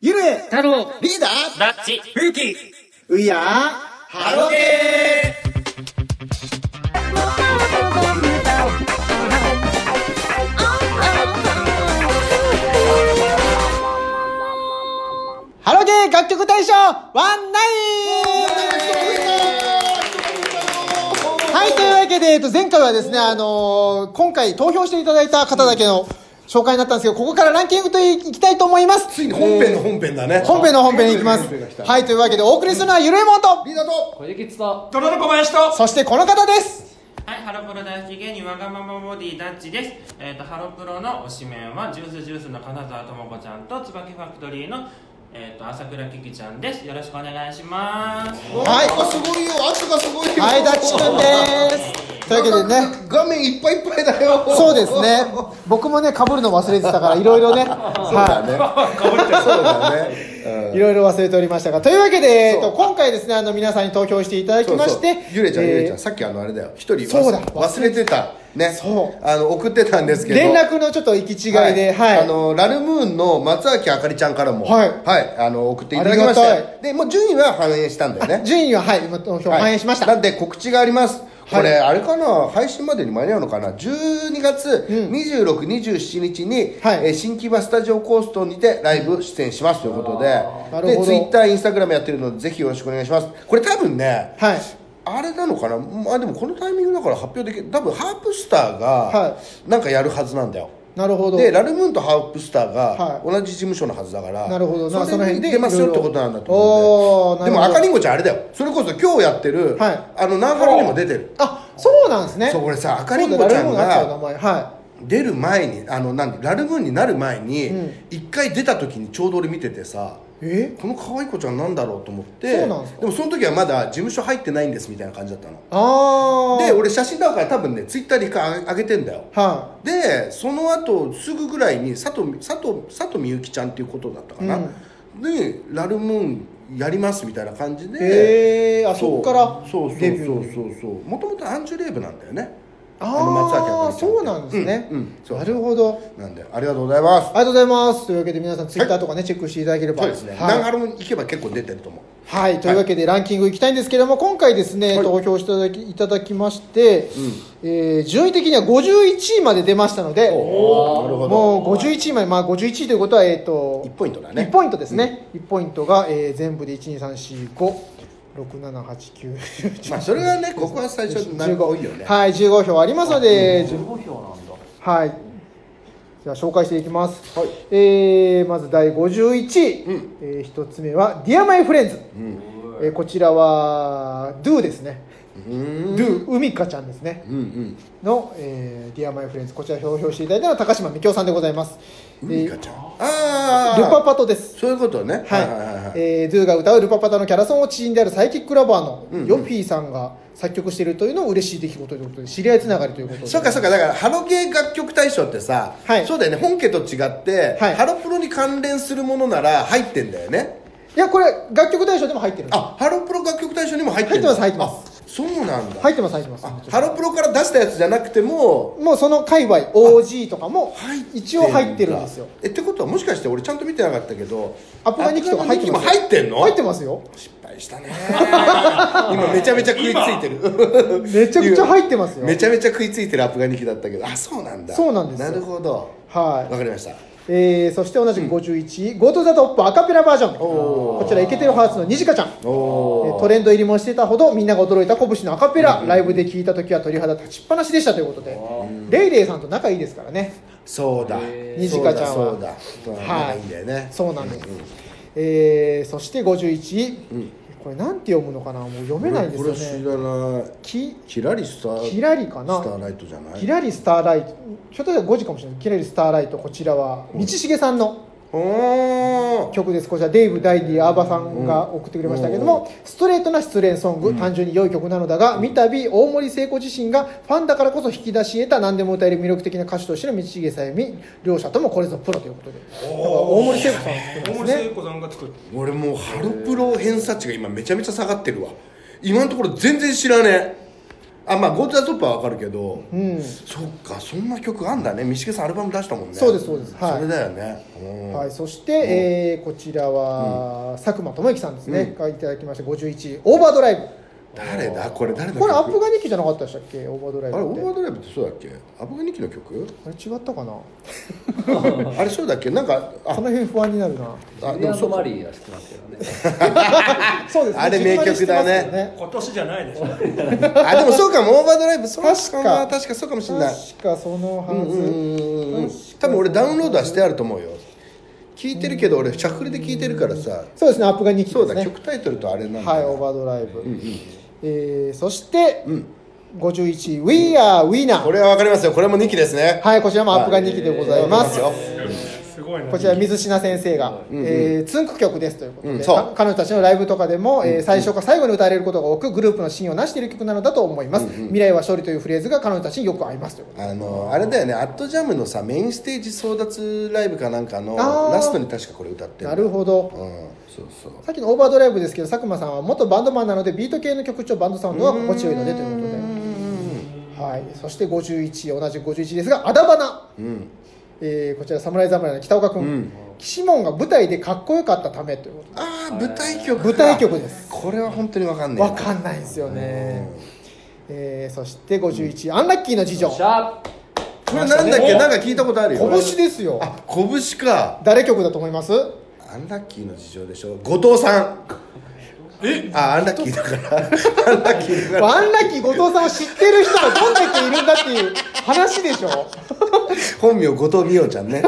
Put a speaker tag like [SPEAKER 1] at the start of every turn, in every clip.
[SPEAKER 1] ゆるえ
[SPEAKER 2] 太郎、
[SPEAKER 1] リーダー
[SPEAKER 2] ラッチ、風紀。
[SPEAKER 1] うやハロゲーハロゲー楽曲大賞ワンナインはい、というわけで、えっと、前回はですね、あのー今回投票していただいた方だけの紹介になったんですけど、ここからランキングといきたいと思います。
[SPEAKER 3] ついに本編の本編だね。
[SPEAKER 1] 本編の本編に行きます
[SPEAKER 3] 本編が来た。
[SPEAKER 1] はい、というわけでお送りするのはゆるえもんと、
[SPEAKER 3] リーダーと、
[SPEAKER 1] そしてこの方です。
[SPEAKER 4] はい、ハロプロ大好き芸人わがままボディダッチです。えっ、と、ハロプロの推しメンは、ジュースジュースの金沢智子ちゃんと、椿ファクトリーの、えっ、と、朝倉キキちゃんです。よろしくお願いします。
[SPEAKER 1] はい
[SPEAKER 3] なんかすごいよ、圧がすごいよ。
[SPEAKER 1] はい、ダッチくんです。というわけでね、。
[SPEAKER 3] 画面いっぱいいっぱいだよ。
[SPEAKER 1] そうですね。僕もね、被るの忘れてたから、いろいろね、は
[SPEAKER 3] そうだね。
[SPEAKER 1] い、いろいろ忘れておりましたが、というわけで、えっと、今回ですね、あの、皆さんに投票していただきまして、
[SPEAKER 3] ゆれちゃん、ゆれちゃ
[SPEAKER 1] え
[SPEAKER 3] ん、さっきあのあれだよ、一人忘
[SPEAKER 1] そうだ
[SPEAKER 3] 忘れてた。ね。。
[SPEAKER 1] そう
[SPEAKER 3] あの、送ってたんです
[SPEAKER 1] ー
[SPEAKER 3] けど。
[SPEAKER 1] 連絡のちょっと行き違いで、はい、
[SPEAKER 3] あのラルムーンの松脇あかりちゃんからも、
[SPEAKER 1] はい
[SPEAKER 3] あの送っていただきまし
[SPEAKER 1] ありがた
[SPEAKER 3] たでもう順位は反映したんだよね
[SPEAKER 1] 順位は、はい、今投票
[SPEAKER 3] はい
[SPEAKER 1] 反映しました。
[SPEAKER 3] なんで告知がありますこれ、あれかな配信までに間に合うのかな12月26、27日に、
[SPEAKER 1] はい
[SPEAKER 3] えー新木場スタジオコーストにてライブ出演しますということで
[SPEAKER 1] なる
[SPEAKER 3] で
[SPEAKER 1] ほど
[SPEAKER 3] ツイッターインスタグラムやってるのでぜひよろしくお願いしますこれ多分ね
[SPEAKER 1] はい。
[SPEAKER 3] あれなのかなまあでもこのタイミングだから発表できる多分ハープスター
[SPEAKER 1] は
[SPEAKER 3] がなんかやるはずなんだよ、
[SPEAKER 1] なるほど。
[SPEAKER 3] でラルムーンとハープスター
[SPEAKER 1] は
[SPEAKER 3] が
[SPEAKER 1] い
[SPEAKER 3] 同じ事務所のはずだから、
[SPEAKER 1] なるほどな
[SPEAKER 3] その辺で
[SPEAKER 1] そ
[SPEAKER 3] 出
[SPEAKER 1] の辺
[SPEAKER 3] ます
[SPEAKER 1] でいろい
[SPEAKER 3] よ
[SPEAKER 1] ろ
[SPEAKER 3] ってことなんだと思う
[SPEAKER 1] おー
[SPEAKER 3] んで
[SPEAKER 1] な
[SPEAKER 3] で
[SPEAKER 1] るほど
[SPEAKER 3] も赤りんごちゃんあれだよそれこそ今日やってる、
[SPEAKER 1] はい
[SPEAKER 3] あの流れにも出てる
[SPEAKER 1] あ、そうなんですね。
[SPEAKER 3] そう俺さ赤りんごちゃん
[SPEAKER 1] そうだラルムーンの赤ちゃんの名
[SPEAKER 3] が
[SPEAKER 1] 前は
[SPEAKER 3] 出る前にあのなんラルムーンになる前に
[SPEAKER 1] うん
[SPEAKER 3] 一、回出た時にちょうど俺見ててさ
[SPEAKER 1] い。え
[SPEAKER 3] この可愛い子ちゃんなんだろうと思って
[SPEAKER 1] そうなんですか
[SPEAKER 3] もその時はまだ事務所入ってないんですみたいな感じだったの
[SPEAKER 1] あー。
[SPEAKER 3] で、俺写真だから多分ねツイッターに一回上げてんだよ
[SPEAKER 1] は
[SPEAKER 3] でその後すぐぐらいに佐藤佐藤佐藤みゆきちゃんっていうことだったかな、で「ラルムーンやります」みたいな感じ
[SPEAKER 1] い。
[SPEAKER 3] で
[SPEAKER 1] へえー、あ、
[SPEAKER 3] そう
[SPEAKER 1] そっから
[SPEAKER 3] そうそう
[SPEAKER 1] デビューに
[SPEAKER 3] そうそうそうもともとアンジュレイブなんだよね
[SPEAKER 1] あ
[SPEAKER 3] の松明
[SPEAKER 1] あー
[SPEAKER 3] あかりちゃんって
[SPEAKER 1] そうなんですね、
[SPEAKER 3] うんうんそう
[SPEAKER 1] なるほど
[SPEAKER 3] なんでありがとうございま
[SPEAKER 1] あ
[SPEAKER 3] す
[SPEAKER 1] りがとうございますというわけで皆さんツイッターとかね、チェックしていただければ
[SPEAKER 3] そうですね、
[SPEAKER 1] はい
[SPEAKER 3] 長野に行けば結構出てると思う
[SPEAKER 1] はい、というわけでランキングいきたいんですけども今回ですね、
[SPEAKER 3] はい
[SPEAKER 1] 投票していただきいただきまして、えー順位的には51位まで出ましたので
[SPEAKER 3] おーなるほど
[SPEAKER 1] もう51位まで、まあ、51位ということは、えー、と
[SPEAKER 3] 1ポイントだね
[SPEAKER 1] 1ポイントですね、1ポイントが、えー全部で123456789
[SPEAKER 3] まあそれはねここは最初なんか多いよね
[SPEAKER 1] はい15票ありますので、
[SPEAKER 2] 15票なんだ。
[SPEAKER 1] はい。じゃあ紹介していきます。
[SPEAKER 3] はい
[SPEAKER 1] えーまず第51位、
[SPEAKER 3] うん
[SPEAKER 1] えー一つ目は「Dear My Friends
[SPEAKER 3] うん」
[SPEAKER 1] えーこちらは「Do」ですね
[SPEAKER 3] う
[SPEAKER 1] 「
[SPEAKER 3] ん
[SPEAKER 1] Do」海香ちゃんですね
[SPEAKER 3] うんうん
[SPEAKER 1] の「えー、Dear My Friends」こちら表彰していただいたのは高島みきおさんでございます「え
[SPEAKER 3] うみ
[SPEAKER 1] ー
[SPEAKER 3] か
[SPEAKER 1] ル
[SPEAKER 3] ちゃんああ
[SPEAKER 1] パパト」です
[SPEAKER 3] そういうことね
[SPEAKER 1] はい
[SPEAKER 3] はいはいはい
[SPEAKER 1] えー、ドゥが歌うルパパタのキャラソンを知人であるサイキックラバーのヨッフィーさんが作曲しているというのを嬉しい出来事ということで知り合いつながりということで
[SPEAKER 3] そうかそうかだからハロゲー楽曲大賞ってさ、
[SPEAKER 1] はい
[SPEAKER 3] そうだよね本家と違って、
[SPEAKER 1] はい
[SPEAKER 3] ハロプロに関連するものなら入ってんだよね
[SPEAKER 1] いやこれ楽曲大賞でも入ってるんです
[SPEAKER 3] あハロプロ楽曲大賞にも入ってんだ
[SPEAKER 1] 入ってます
[SPEAKER 3] あそうなんだ、
[SPEAKER 1] 入ってます入ってます
[SPEAKER 3] あハロプロから出したやつじゃなくても
[SPEAKER 1] もうその界隈 OG とかも一応入ってるんですよ
[SPEAKER 3] えってことはもしかして俺ちゃんと見てなかったけど
[SPEAKER 1] アップガニキとか入ってます
[SPEAKER 3] アップガニキも入ってんの
[SPEAKER 1] 入ってますよ
[SPEAKER 3] 失敗したね 今めちゃめちゃ食いついてる
[SPEAKER 1] めちゃくちゃ入ってますよ
[SPEAKER 3] めちゃめちゃ食いついてるアップガニキだったけどあそうなんだ
[SPEAKER 1] そうなんですよ
[SPEAKER 3] なるほどわ
[SPEAKER 1] は
[SPEAKER 3] かりました
[SPEAKER 1] い、えー、そして同じく51位「ゴート・ザ・トップ」アカペラバージョンこちらイケてるハーツのにじかちゃん
[SPEAKER 3] おお
[SPEAKER 1] えートレンド入りもしてたほどみんなが驚いた拳のアカペラ、ライブで聴いた時は鳥肌立ちっぱなしでしたということで、レイレイさんと仲いいですからね
[SPEAKER 3] そうだ。
[SPEAKER 1] にじかちゃんは
[SPEAKER 3] そうだ。そうだ
[SPEAKER 1] はい
[SPEAKER 3] いいんだよね。
[SPEAKER 1] そうなんです、えー、そして51位、これなんて読むのかなもう読めないんですよ
[SPEAKER 3] これ知
[SPEAKER 1] ね
[SPEAKER 3] らない。
[SPEAKER 1] き
[SPEAKER 3] キラリスター。
[SPEAKER 1] キラリかな
[SPEAKER 3] スターライトじゃない。
[SPEAKER 1] キラリスターライトひょっとしたら5時かもしれないキラリスターライトこちらは道重さんの
[SPEAKER 3] おお。
[SPEAKER 1] 曲ですこちらデイブ・ダイディ・アーバさんが送ってくれましたけども、ストレートな失恋ソング、単純に良い曲なのだが三度大森聖子自身がファンだからこそ引き出し得た何でも歌える魅力的な歌手としての道重さゆみ両者ともこれぞプロということで大森聖子さんが作って
[SPEAKER 4] 大
[SPEAKER 1] ます
[SPEAKER 4] 森
[SPEAKER 1] ね
[SPEAKER 4] 聖子さんが作って
[SPEAKER 3] 俺もうハロプロ偏差値が今めちゃめちゃ下がってるわ。今のところ全然知らねえ。あまあゴールド・ザ・トップはわかるけど、
[SPEAKER 1] うん
[SPEAKER 3] そっかそんな曲あんだねミシケさんアルバム出したもんね
[SPEAKER 1] そうですそうですはい
[SPEAKER 3] それだよね、うん
[SPEAKER 1] はい、そして、えーこちらは、佐久間智之さんですね、書いていただきました51オーバードライ
[SPEAKER 3] 誰だこれ誰の
[SPEAKER 1] ブ
[SPEAKER 3] 曲
[SPEAKER 1] これアップガニキじゃなかったでしたっけオーバードライ
[SPEAKER 3] あれ
[SPEAKER 1] ブっ
[SPEAKER 3] オ
[SPEAKER 1] て
[SPEAKER 3] ーバードライブってそうだっけアフガニキの曲
[SPEAKER 1] あれ違ったかな
[SPEAKER 3] あれそうだっけなんかあ
[SPEAKER 1] その辺不安になるな
[SPEAKER 3] あ
[SPEAKER 5] ジュリアン
[SPEAKER 3] そ
[SPEAKER 5] ト・
[SPEAKER 3] う
[SPEAKER 5] マリーは知ってますけどね
[SPEAKER 1] そうですね
[SPEAKER 3] あれ名曲だね
[SPEAKER 1] 自分は知ってますよね
[SPEAKER 4] 今年じゃないでしょ
[SPEAKER 3] あでもそうかもオーバードライブそう
[SPEAKER 1] 確か
[SPEAKER 3] 確かそうかもしれない
[SPEAKER 1] 確かそのは
[SPEAKER 3] うん
[SPEAKER 1] ず、
[SPEAKER 3] うんうんうん
[SPEAKER 1] 確か
[SPEAKER 3] 多分俺ダウンロードはしてあると思うよ聞いてるけど俺シャッフルで聞いてるからさ
[SPEAKER 1] そうですねアップガニキ
[SPEAKER 3] そ
[SPEAKER 1] で
[SPEAKER 3] う
[SPEAKER 1] す
[SPEAKER 3] だ、
[SPEAKER 1] ね
[SPEAKER 3] 曲タイトルとあれなんだ
[SPEAKER 1] はい
[SPEAKER 3] よ
[SPEAKER 1] オーバードライブ、
[SPEAKER 3] うんうん
[SPEAKER 1] えーそして、
[SPEAKER 3] うん
[SPEAKER 1] 51 We are winner
[SPEAKER 3] これはわかりますよこれも2期ですね
[SPEAKER 1] はいこちらもアップガニキでございます、
[SPEAKER 3] わか
[SPEAKER 4] すごいな
[SPEAKER 1] こちら水品先生が、
[SPEAKER 3] うんうん
[SPEAKER 1] えーツンク曲ですということで、
[SPEAKER 3] うんそう
[SPEAKER 1] か彼女たちのライブとかでも、えー最初から最後に歌われることが多くグループの芯をなしている曲なのだと思います、未来は勝利というフレーズが彼女たちによく合いますということで
[SPEAKER 3] あのあれだよね「アットジャムのさメインステージ争奪ライブかなんかの
[SPEAKER 1] あー
[SPEAKER 3] ラストに確かこれ歌って
[SPEAKER 1] なるほど、
[SPEAKER 3] どうんそうそう
[SPEAKER 1] さっきのオーバードライブですけど佐久間さんは元バンドマンなのでビート系の曲調バンドサウンドは心地よいのでということで、はい、そして51同じ51ですが「あだばな」
[SPEAKER 3] うん
[SPEAKER 1] えーこちら侍侍の北岡君、
[SPEAKER 3] うん
[SPEAKER 1] 岸門が舞台でかっこよかったためということで
[SPEAKER 3] ああ舞台曲か
[SPEAKER 1] 舞台曲です
[SPEAKER 3] これは本当にわかんない
[SPEAKER 1] わかんないんですよね
[SPEAKER 3] うん、
[SPEAKER 1] えーそして51、アンラッキーの事情
[SPEAKER 5] よっしゃ
[SPEAKER 3] これなんだっけなんか聞いたことあるよ
[SPEAKER 1] 拳ですよ
[SPEAKER 3] あ拳か
[SPEAKER 1] 誰曲だと思います
[SPEAKER 3] アンラッキーの事情でしょ後藤さんえあアンラッキーだからアンラッキーだから
[SPEAKER 1] アンラッキー後藤さんを知ってる人がどんだけいるんだっていう話でしょ
[SPEAKER 3] 本名後藤美桜ちゃんね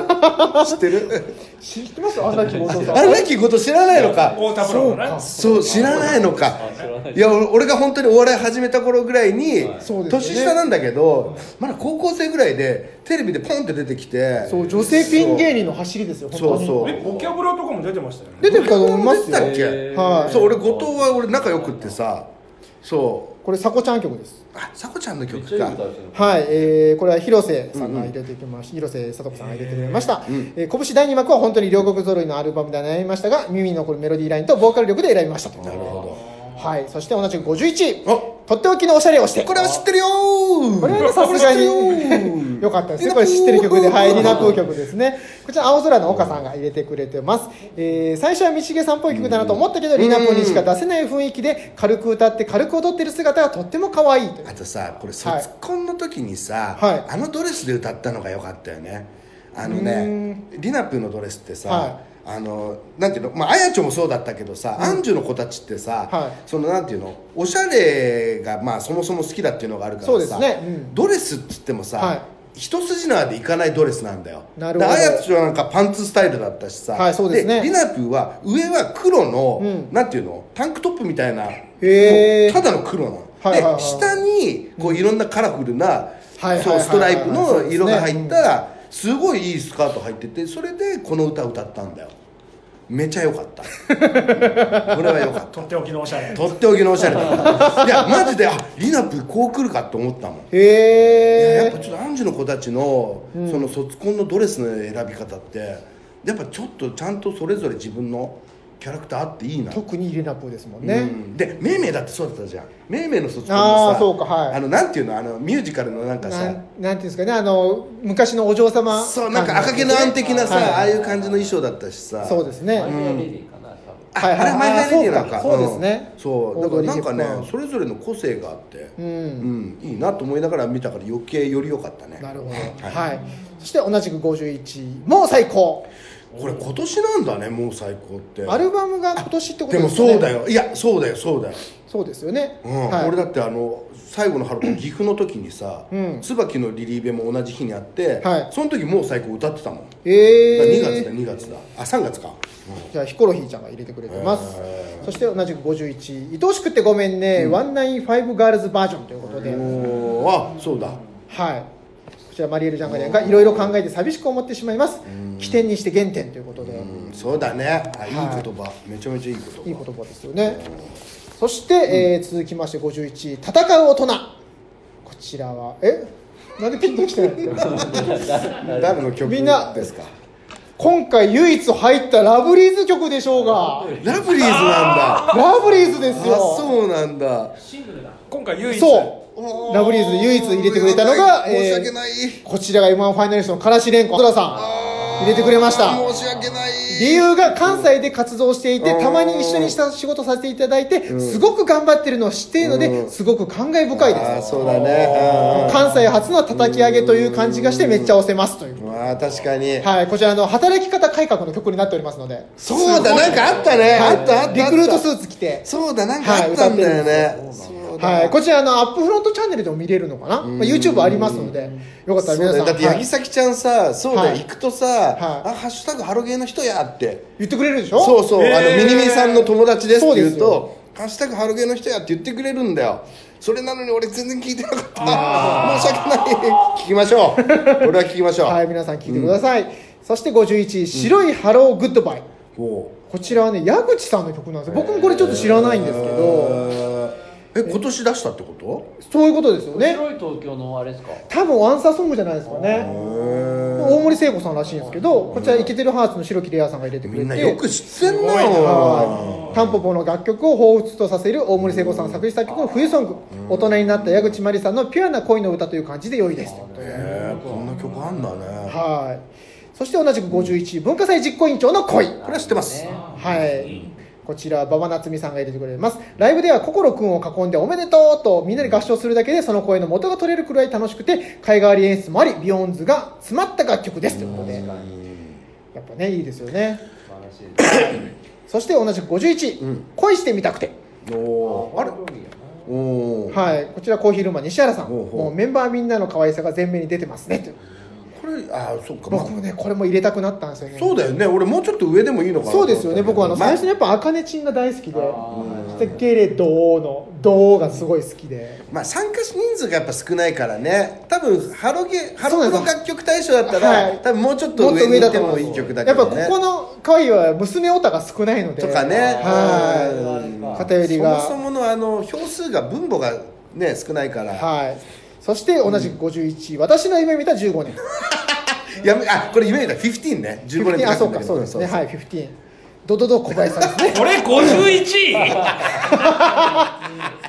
[SPEAKER 3] 知ってる
[SPEAKER 1] 知ってますアンラッキー後藤さん
[SPEAKER 3] アンラッキー後藤知らないのか
[SPEAKER 4] 太田プロのね
[SPEAKER 3] そう知らないのか
[SPEAKER 5] 知らない
[SPEAKER 3] いや俺俺が本当にお笑い始めた頃ぐらいに、
[SPEAKER 1] そうですね
[SPEAKER 3] 年下なんだけどまだ高校生ぐらいでテレビでポンって出てきて
[SPEAKER 1] そう女性ピン芸人の走りですよ
[SPEAKER 3] そう
[SPEAKER 1] 本当に
[SPEAKER 3] そう
[SPEAKER 4] えボキャブラとかも出てましたよね
[SPEAKER 1] 出てるかと思います
[SPEAKER 3] 出てたっ
[SPEAKER 1] よ
[SPEAKER 3] け、
[SPEAKER 1] はい
[SPEAKER 3] そう俺後藤は俺仲良くってさそ
[SPEAKER 1] これさこちゃん曲です
[SPEAKER 3] うあさこちゃんの
[SPEAKER 5] めっ
[SPEAKER 3] 曲
[SPEAKER 5] ちゃいい
[SPEAKER 3] か
[SPEAKER 5] 歌ですね
[SPEAKER 1] はい、えーこれは広瀬さんが入れてきました、広瀬さと子さんが入れてくれました、
[SPEAKER 3] うん
[SPEAKER 1] えー拳第2幕は本当に両国揃いのアルバムでは悩みましたが耳に残るメロディーラインとボーカル力で選びましたと
[SPEAKER 3] なるほ
[SPEAKER 1] はいそして同じく51
[SPEAKER 3] どあ
[SPEAKER 1] とっておきのおしゃれをして
[SPEAKER 3] これは知ってるよー
[SPEAKER 1] これはさすが
[SPEAKER 3] これ知ってるよ
[SPEAKER 1] に
[SPEAKER 3] ー
[SPEAKER 1] 良かったですねこれ知ってる曲ではいリナプー曲ですねこちら青空の岡さんが入れてくれてます、えー最初は道重さんっぽい曲だなと思ったけどリナプーにしか出せない雰囲気で軽く歌って軽く踊ってる姿がとっても可愛いという
[SPEAKER 3] あとさこれ卒コンの時にさ、
[SPEAKER 1] はい
[SPEAKER 3] あのドレスで歌ったのが良かったよねあの
[SPEAKER 1] う
[SPEAKER 3] ねリナプーのドレスってさ、
[SPEAKER 1] は
[SPEAKER 3] あのなんていうのまああやちょもそうだったけどさ、アンジュの子たちってさ、
[SPEAKER 1] はい
[SPEAKER 3] そのなんていうのおしゃれがまあそもそも好きだっていうのがあるからさ
[SPEAKER 1] そうですねうん
[SPEAKER 3] ドレスっつってもさ、
[SPEAKER 1] はい
[SPEAKER 3] 一筋縄でいかないドレスなんだよ
[SPEAKER 1] なるほど
[SPEAKER 3] であやちょはなんかパンツスタイルだったしさ、
[SPEAKER 1] はいそうですね
[SPEAKER 3] リナプーは上は黒の、
[SPEAKER 1] うん
[SPEAKER 3] なんていうのタンクトップみたいな
[SPEAKER 1] へー
[SPEAKER 3] もうただの黒なの、
[SPEAKER 1] はいはいはい
[SPEAKER 3] で下にこういろんなカラフルな、
[SPEAKER 1] はいはいはい
[SPEAKER 3] そうストライ
[SPEAKER 1] そ
[SPEAKER 3] プ
[SPEAKER 1] う
[SPEAKER 3] の
[SPEAKER 1] ですね
[SPEAKER 3] 色が入った、すごいいいスカート入っててそれでこの歌を歌ったんだよめちゃ良かった これは良かった
[SPEAKER 4] とっておきのおしゃれ
[SPEAKER 3] とっておきのおしゃれ だったいやマジであリナプーこう来るかと思ったもん
[SPEAKER 1] へ
[SPEAKER 3] いややっ
[SPEAKER 1] え
[SPEAKER 3] ぱちょっとアンジュの子たちの、その卒コンのドレスの選び方ってやっぱちょっとちゃんとそれぞれ自分のキャラクターあっていいな
[SPEAKER 1] 特にリナプーですもんね、
[SPEAKER 3] うんでめいめいだってそうだったじゃんめいめいの卒コン
[SPEAKER 1] あ
[SPEAKER 3] も
[SPEAKER 1] あ
[SPEAKER 3] さ
[SPEAKER 1] そうかはい
[SPEAKER 3] あのなんていうのあのミュージカルのなんか
[SPEAKER 1] な
[SPEAKER 3] さ
[SPEAKER 1] んなんていうんですかねあの昔のお嬢様
[SPEAKER 3] そうなんか赤毛のアン的なさ、
[SPEAKER 1] はい
[SPEAKER 3] ああいう感じの衣装だったしさ
[SPEAKER 1] そうですね、
[SPEAKER 5] マイナーレディーかな多分
[SPEAKER 3] あ,、
[SPEAKER 1] はいはい
[SPEAKER 3] あれはマイナーレディーなんか
[SPEAKER 1] そうかそうですね
[SPEAKER 3] んそうだか
[SPEAKER 1] オード
[SPEAKER 3] ら
[SPEAKER 1] リー
[SPEAKER 3] なんか
[SPEAKER 1] ヘプバー
[SPEAKER 3] ね
[SPEAKER 1] ン
[SPEAKER 3] それぞれの個性があって
[SPEAKER 1] う
[SPEAKER 3] うんん、いいなと思いながら見たから余計より良かったね
[SPEAKER 1] なるほどはい、そして同じく51もう最高
[SPEAKER 3] これ今年なんだねもう最高って
[SPEAKER 1] アルバムが今年ってこと
[SPEAKER 3] でも
[SPEAKER 1] です
[SPEAKER 3] そうだ
[SPEAKER 1] よね
[SPEAKER 3] よいやそうだよそうだよ、
[SPEAKER 1] そうですよね、
[SPEAKER 3] うん
[SPEAKER 1] はい、
[SPEAKER 3] 俺だってあの最後の春 の岐阜の時にさ、
[SPEAKER 1] うん
[SPEAKER 3] 椿のリリーベも同じ日にあって、
[SPEAKER 1] はい
[SPEAKER 3] その時もう最高歌ってたもん2月だ
[SPEAKER 1] えー、
[SPEAKER 3] 2月だあ3月か、
[SPEAKER 1] じゃあヒコロヒーちゃんが入れてくれてます、そして同じく51「愛おしくってごめんね、195ガールズバージョン」ということで、
[SPEAKER 3] おーあそうだ
[SPEAKER 1] はいこちらマリエル・ジャンガリアンがいろいろ考えて寂しく思ってしまいます起点にして原点ということで、
[SPEAKER 3] うんそうだねあいい言
[SPEAKER 1] はい
[SPEAKER 3] 葉めちゃめちゃいい言葉
[SPEAKER 1] いい言葉ですよね。そして、えー続きまして51戦う大人こちらはえなんでピンときてないんですか
[SPEAKER 3] 誰の曲
[SPEAKER 1] みんな
[SPEAKER 3] ですか
[SPEAKER 1] 今回唯一入ったラブリーズ曲でしょうが
[SPEAKER 3] ラブリーズなんだあ
[SPEAKER 1] ラブリーズですよ
[SPEAKER 3] そうなんだ
[SPEAKER 4] 今回唯一
[SPEAKER 1] そうラブリーズで唯一入れてくれたのが、
[SPEAKER 3] 申し
[SPEAKER 1] え
[SPEAKER 3] 訳ない、
[SPEAKER 1] ーこちらが M1 ファイナリストのからしれんこ、寅さ
[SPEAKER 3] あー
[SPEAKER 1] 入れてくれました
[SPEAKER 3] 申し訳ない
[SPEAKER 1] ん。理由が関西で活動していて、
[SPEAKER 3] うん
[SPEAKER 1] たまに一緒にした仕事させていただいて、すごく頑張ってるのを知っているの
[SPEAKER 3] う
[SPEAKER 1] で、
[SPEAKER 3] ん
[SPEAKER 1] すごく感慨深い
[SPEAKER 3] あ
[SPEAKER 1] で
[SPEAKER 3] ー
[SPEAKER 1] す。
[SPEAKER 3] そうだねうん
[SPEAKER 1] 関西初の叩き上げという感じがしてめっちゃ押せますという。
[SPEAKER 3] まあ確かに、
[SPEAKER 1] はい、こちらあの働き方改革の曲になっておりますので。
[SPEAKER 3] そうだなんかあったね、あったあった
[SPEAKER 1] リクルートス
[SPEAKER 3] ー
[SPEAKER 1] ーツ着て。
[SPEAKER 3] そうだなんかあったんだよ
[SPEAKER 1] はい
[SPEAKER 3] ね、そうだ
[SPEAKER 1] はい、こちらあのアップフロントチャンネルでも見れるのかな、まあ、YouTube ありますのでよかったら
[SPEAKER 3] そう
[SPEAKER 1] 皆
[SPEAKER 3] だ
[SPEAKER 1] さ
[SPEAKER 3] よ
[SPEAKER 1] ん、
[SPEAKER 3] だって
[SPEAKER 1] は
[SPEAKER 3] 八
[SPEAKER 1] い
[SPEAKER 3] 木崎ちゃんさそうだよ、
[SPEAKER 1] はい
[SPEAKER 3] 行くとさ、あハッシュタグハロゲーの人やって
[SPEAKER 1] 言ってくれるでしょ
[SPEAKER 3] そうそう、あのミニミニさんの友達ですって言う
[SPEAKER 1] そう
[SPEAKER 3] と「ハッシュタグハロゲーの人や」って言ってくれるんだよそれなのに俺全然聞いてなかった申し訳ない聞きましょ うこれは聞きましょう、
[SPEAKER 1] はい皆さん聞いてください、そして51白いハローグッドバイ、
[SPEAKER 3] おう
[SPEAKER 1] こちらはね矢口さんの曲なんですよ僕もこれちょっと知らないんですけど
[SPEAKER 3] え今年出したってこと
[SPEAKER 1] そういうことですよね
[SPEAKER 5] 白い東京のあれですか
[SPEAKER 1] 多分アンサーソングじゃないですかね大森聖子さんらしいんですけどこちらイケてるハーツの白木レアさんが入れてくれ
[SPEAKER 3] み
[SPEAKER 1] て
[SPEAKER 3] んなよく知ってんな
[SPEAKER 1] はいタンポポの楽曲を彷彿とさせる大森聖子さん作詞作曲の冬ソング大人になった矢口真理さんのピュアな恋の歌という感じで良いですということで
[SPEAKER 3] へえこんな曲あんだね
[SPEAKER 1] はいそして同じく51文化祭実行委員長の恋
[SPEAKER 3] これは知ってます
[SPEAKER 1] はいこちら馬場夏美さんが入れてくれますライブでは心くんを囲んでおめでとうとみんなで合唱するだけでその声の元が取れるくらい楽しくて海外演出もありビヨーンズが詰まった楽曲ですということでやっぱねいいですよね
[SPEAKER 5] 素晴らしいですね
[SPEAKER 1] そして同じく51、恋してみたくて
[SPEAKER 3] おおーあれ
[SPEAKER 5] 興味がない
[SPEAKER 3] おおー
[SPEAKER 1] はい、こちらコーヒールーマン西原さん
[SPEAKER 3] ほうほう
[SPEAKER 1] もうメンバーみんなの可愛さが前面に出てますねと
[SPEAKER 3] これあーそっか、まあ
[SPEAKER 1] 僕もねこれも入れたくなったんですよね
[SPEAKER 3] そうだよね俺もうちょっと上でもいいのかな
[SPEAKER 1] そうですよね僕はあの
[SPEAKER 3] ま
[SPEAKER 1] 最初にやっぱ「あかねちん」が大好きで
[SPEAKER 5] あー
[SPEAKER 1] 「そしてゲレドー」の「ドー」がすごい好きで
[SPEAKER 3] まあ、参加人数がやっぱ少ないからね多分ハロゲハロ
[SPEAKER 1] そう
[SPEAKER 3] プ
[SPEAKER 1] なん
[SPEAKER 3] ロ
[SPEAKER 1] です
[SPEAKER 3] 楽曲大賞だったら、
[SPEAKER 1] はい
[SPEAKER 3] 多分もうちょっと
[SPEAKER 1] もっ
[SPEAKER 3] 上
[SPEAKER 1] と
[SPEAKER 3] に
[SPEAKER 1] 上
[SPEAKER 3] 行
[SPEAKER 1] だ
[SPEAKER 3] って
[SPEAKER 1] と思
[SPEAKER 3] も
[SPEAKER 1] う
[SPEAKER 3] いい曲だけ
[SPEAKER 1] やっぱ
[SPEAKER 3] ど、
[SPEAKER 1] こ
[SPEAKER 3] ね、
[SPEAKER 1] この回は娘オタが少ないので
[SPEAKER 3] とかね
[SPEAKER 1] は偏りが
[SPEAKER 3] そもそものあの票数が分母がね少ないから、
[SPEAKER 1] はいそして同じく51、私の夢見た15年
[SPEAKER 3] やめあこれ夢だ15ね15年って書
[SPEAKER 1] あ
[SPEAKER 3] いてんだけど
[SPEAKER 1] そうかそうですね
[SPEAKER 3] ん
[SPEAKER 1] はい15ドドド小林さん ですね
[SPEAKER 4] これ51位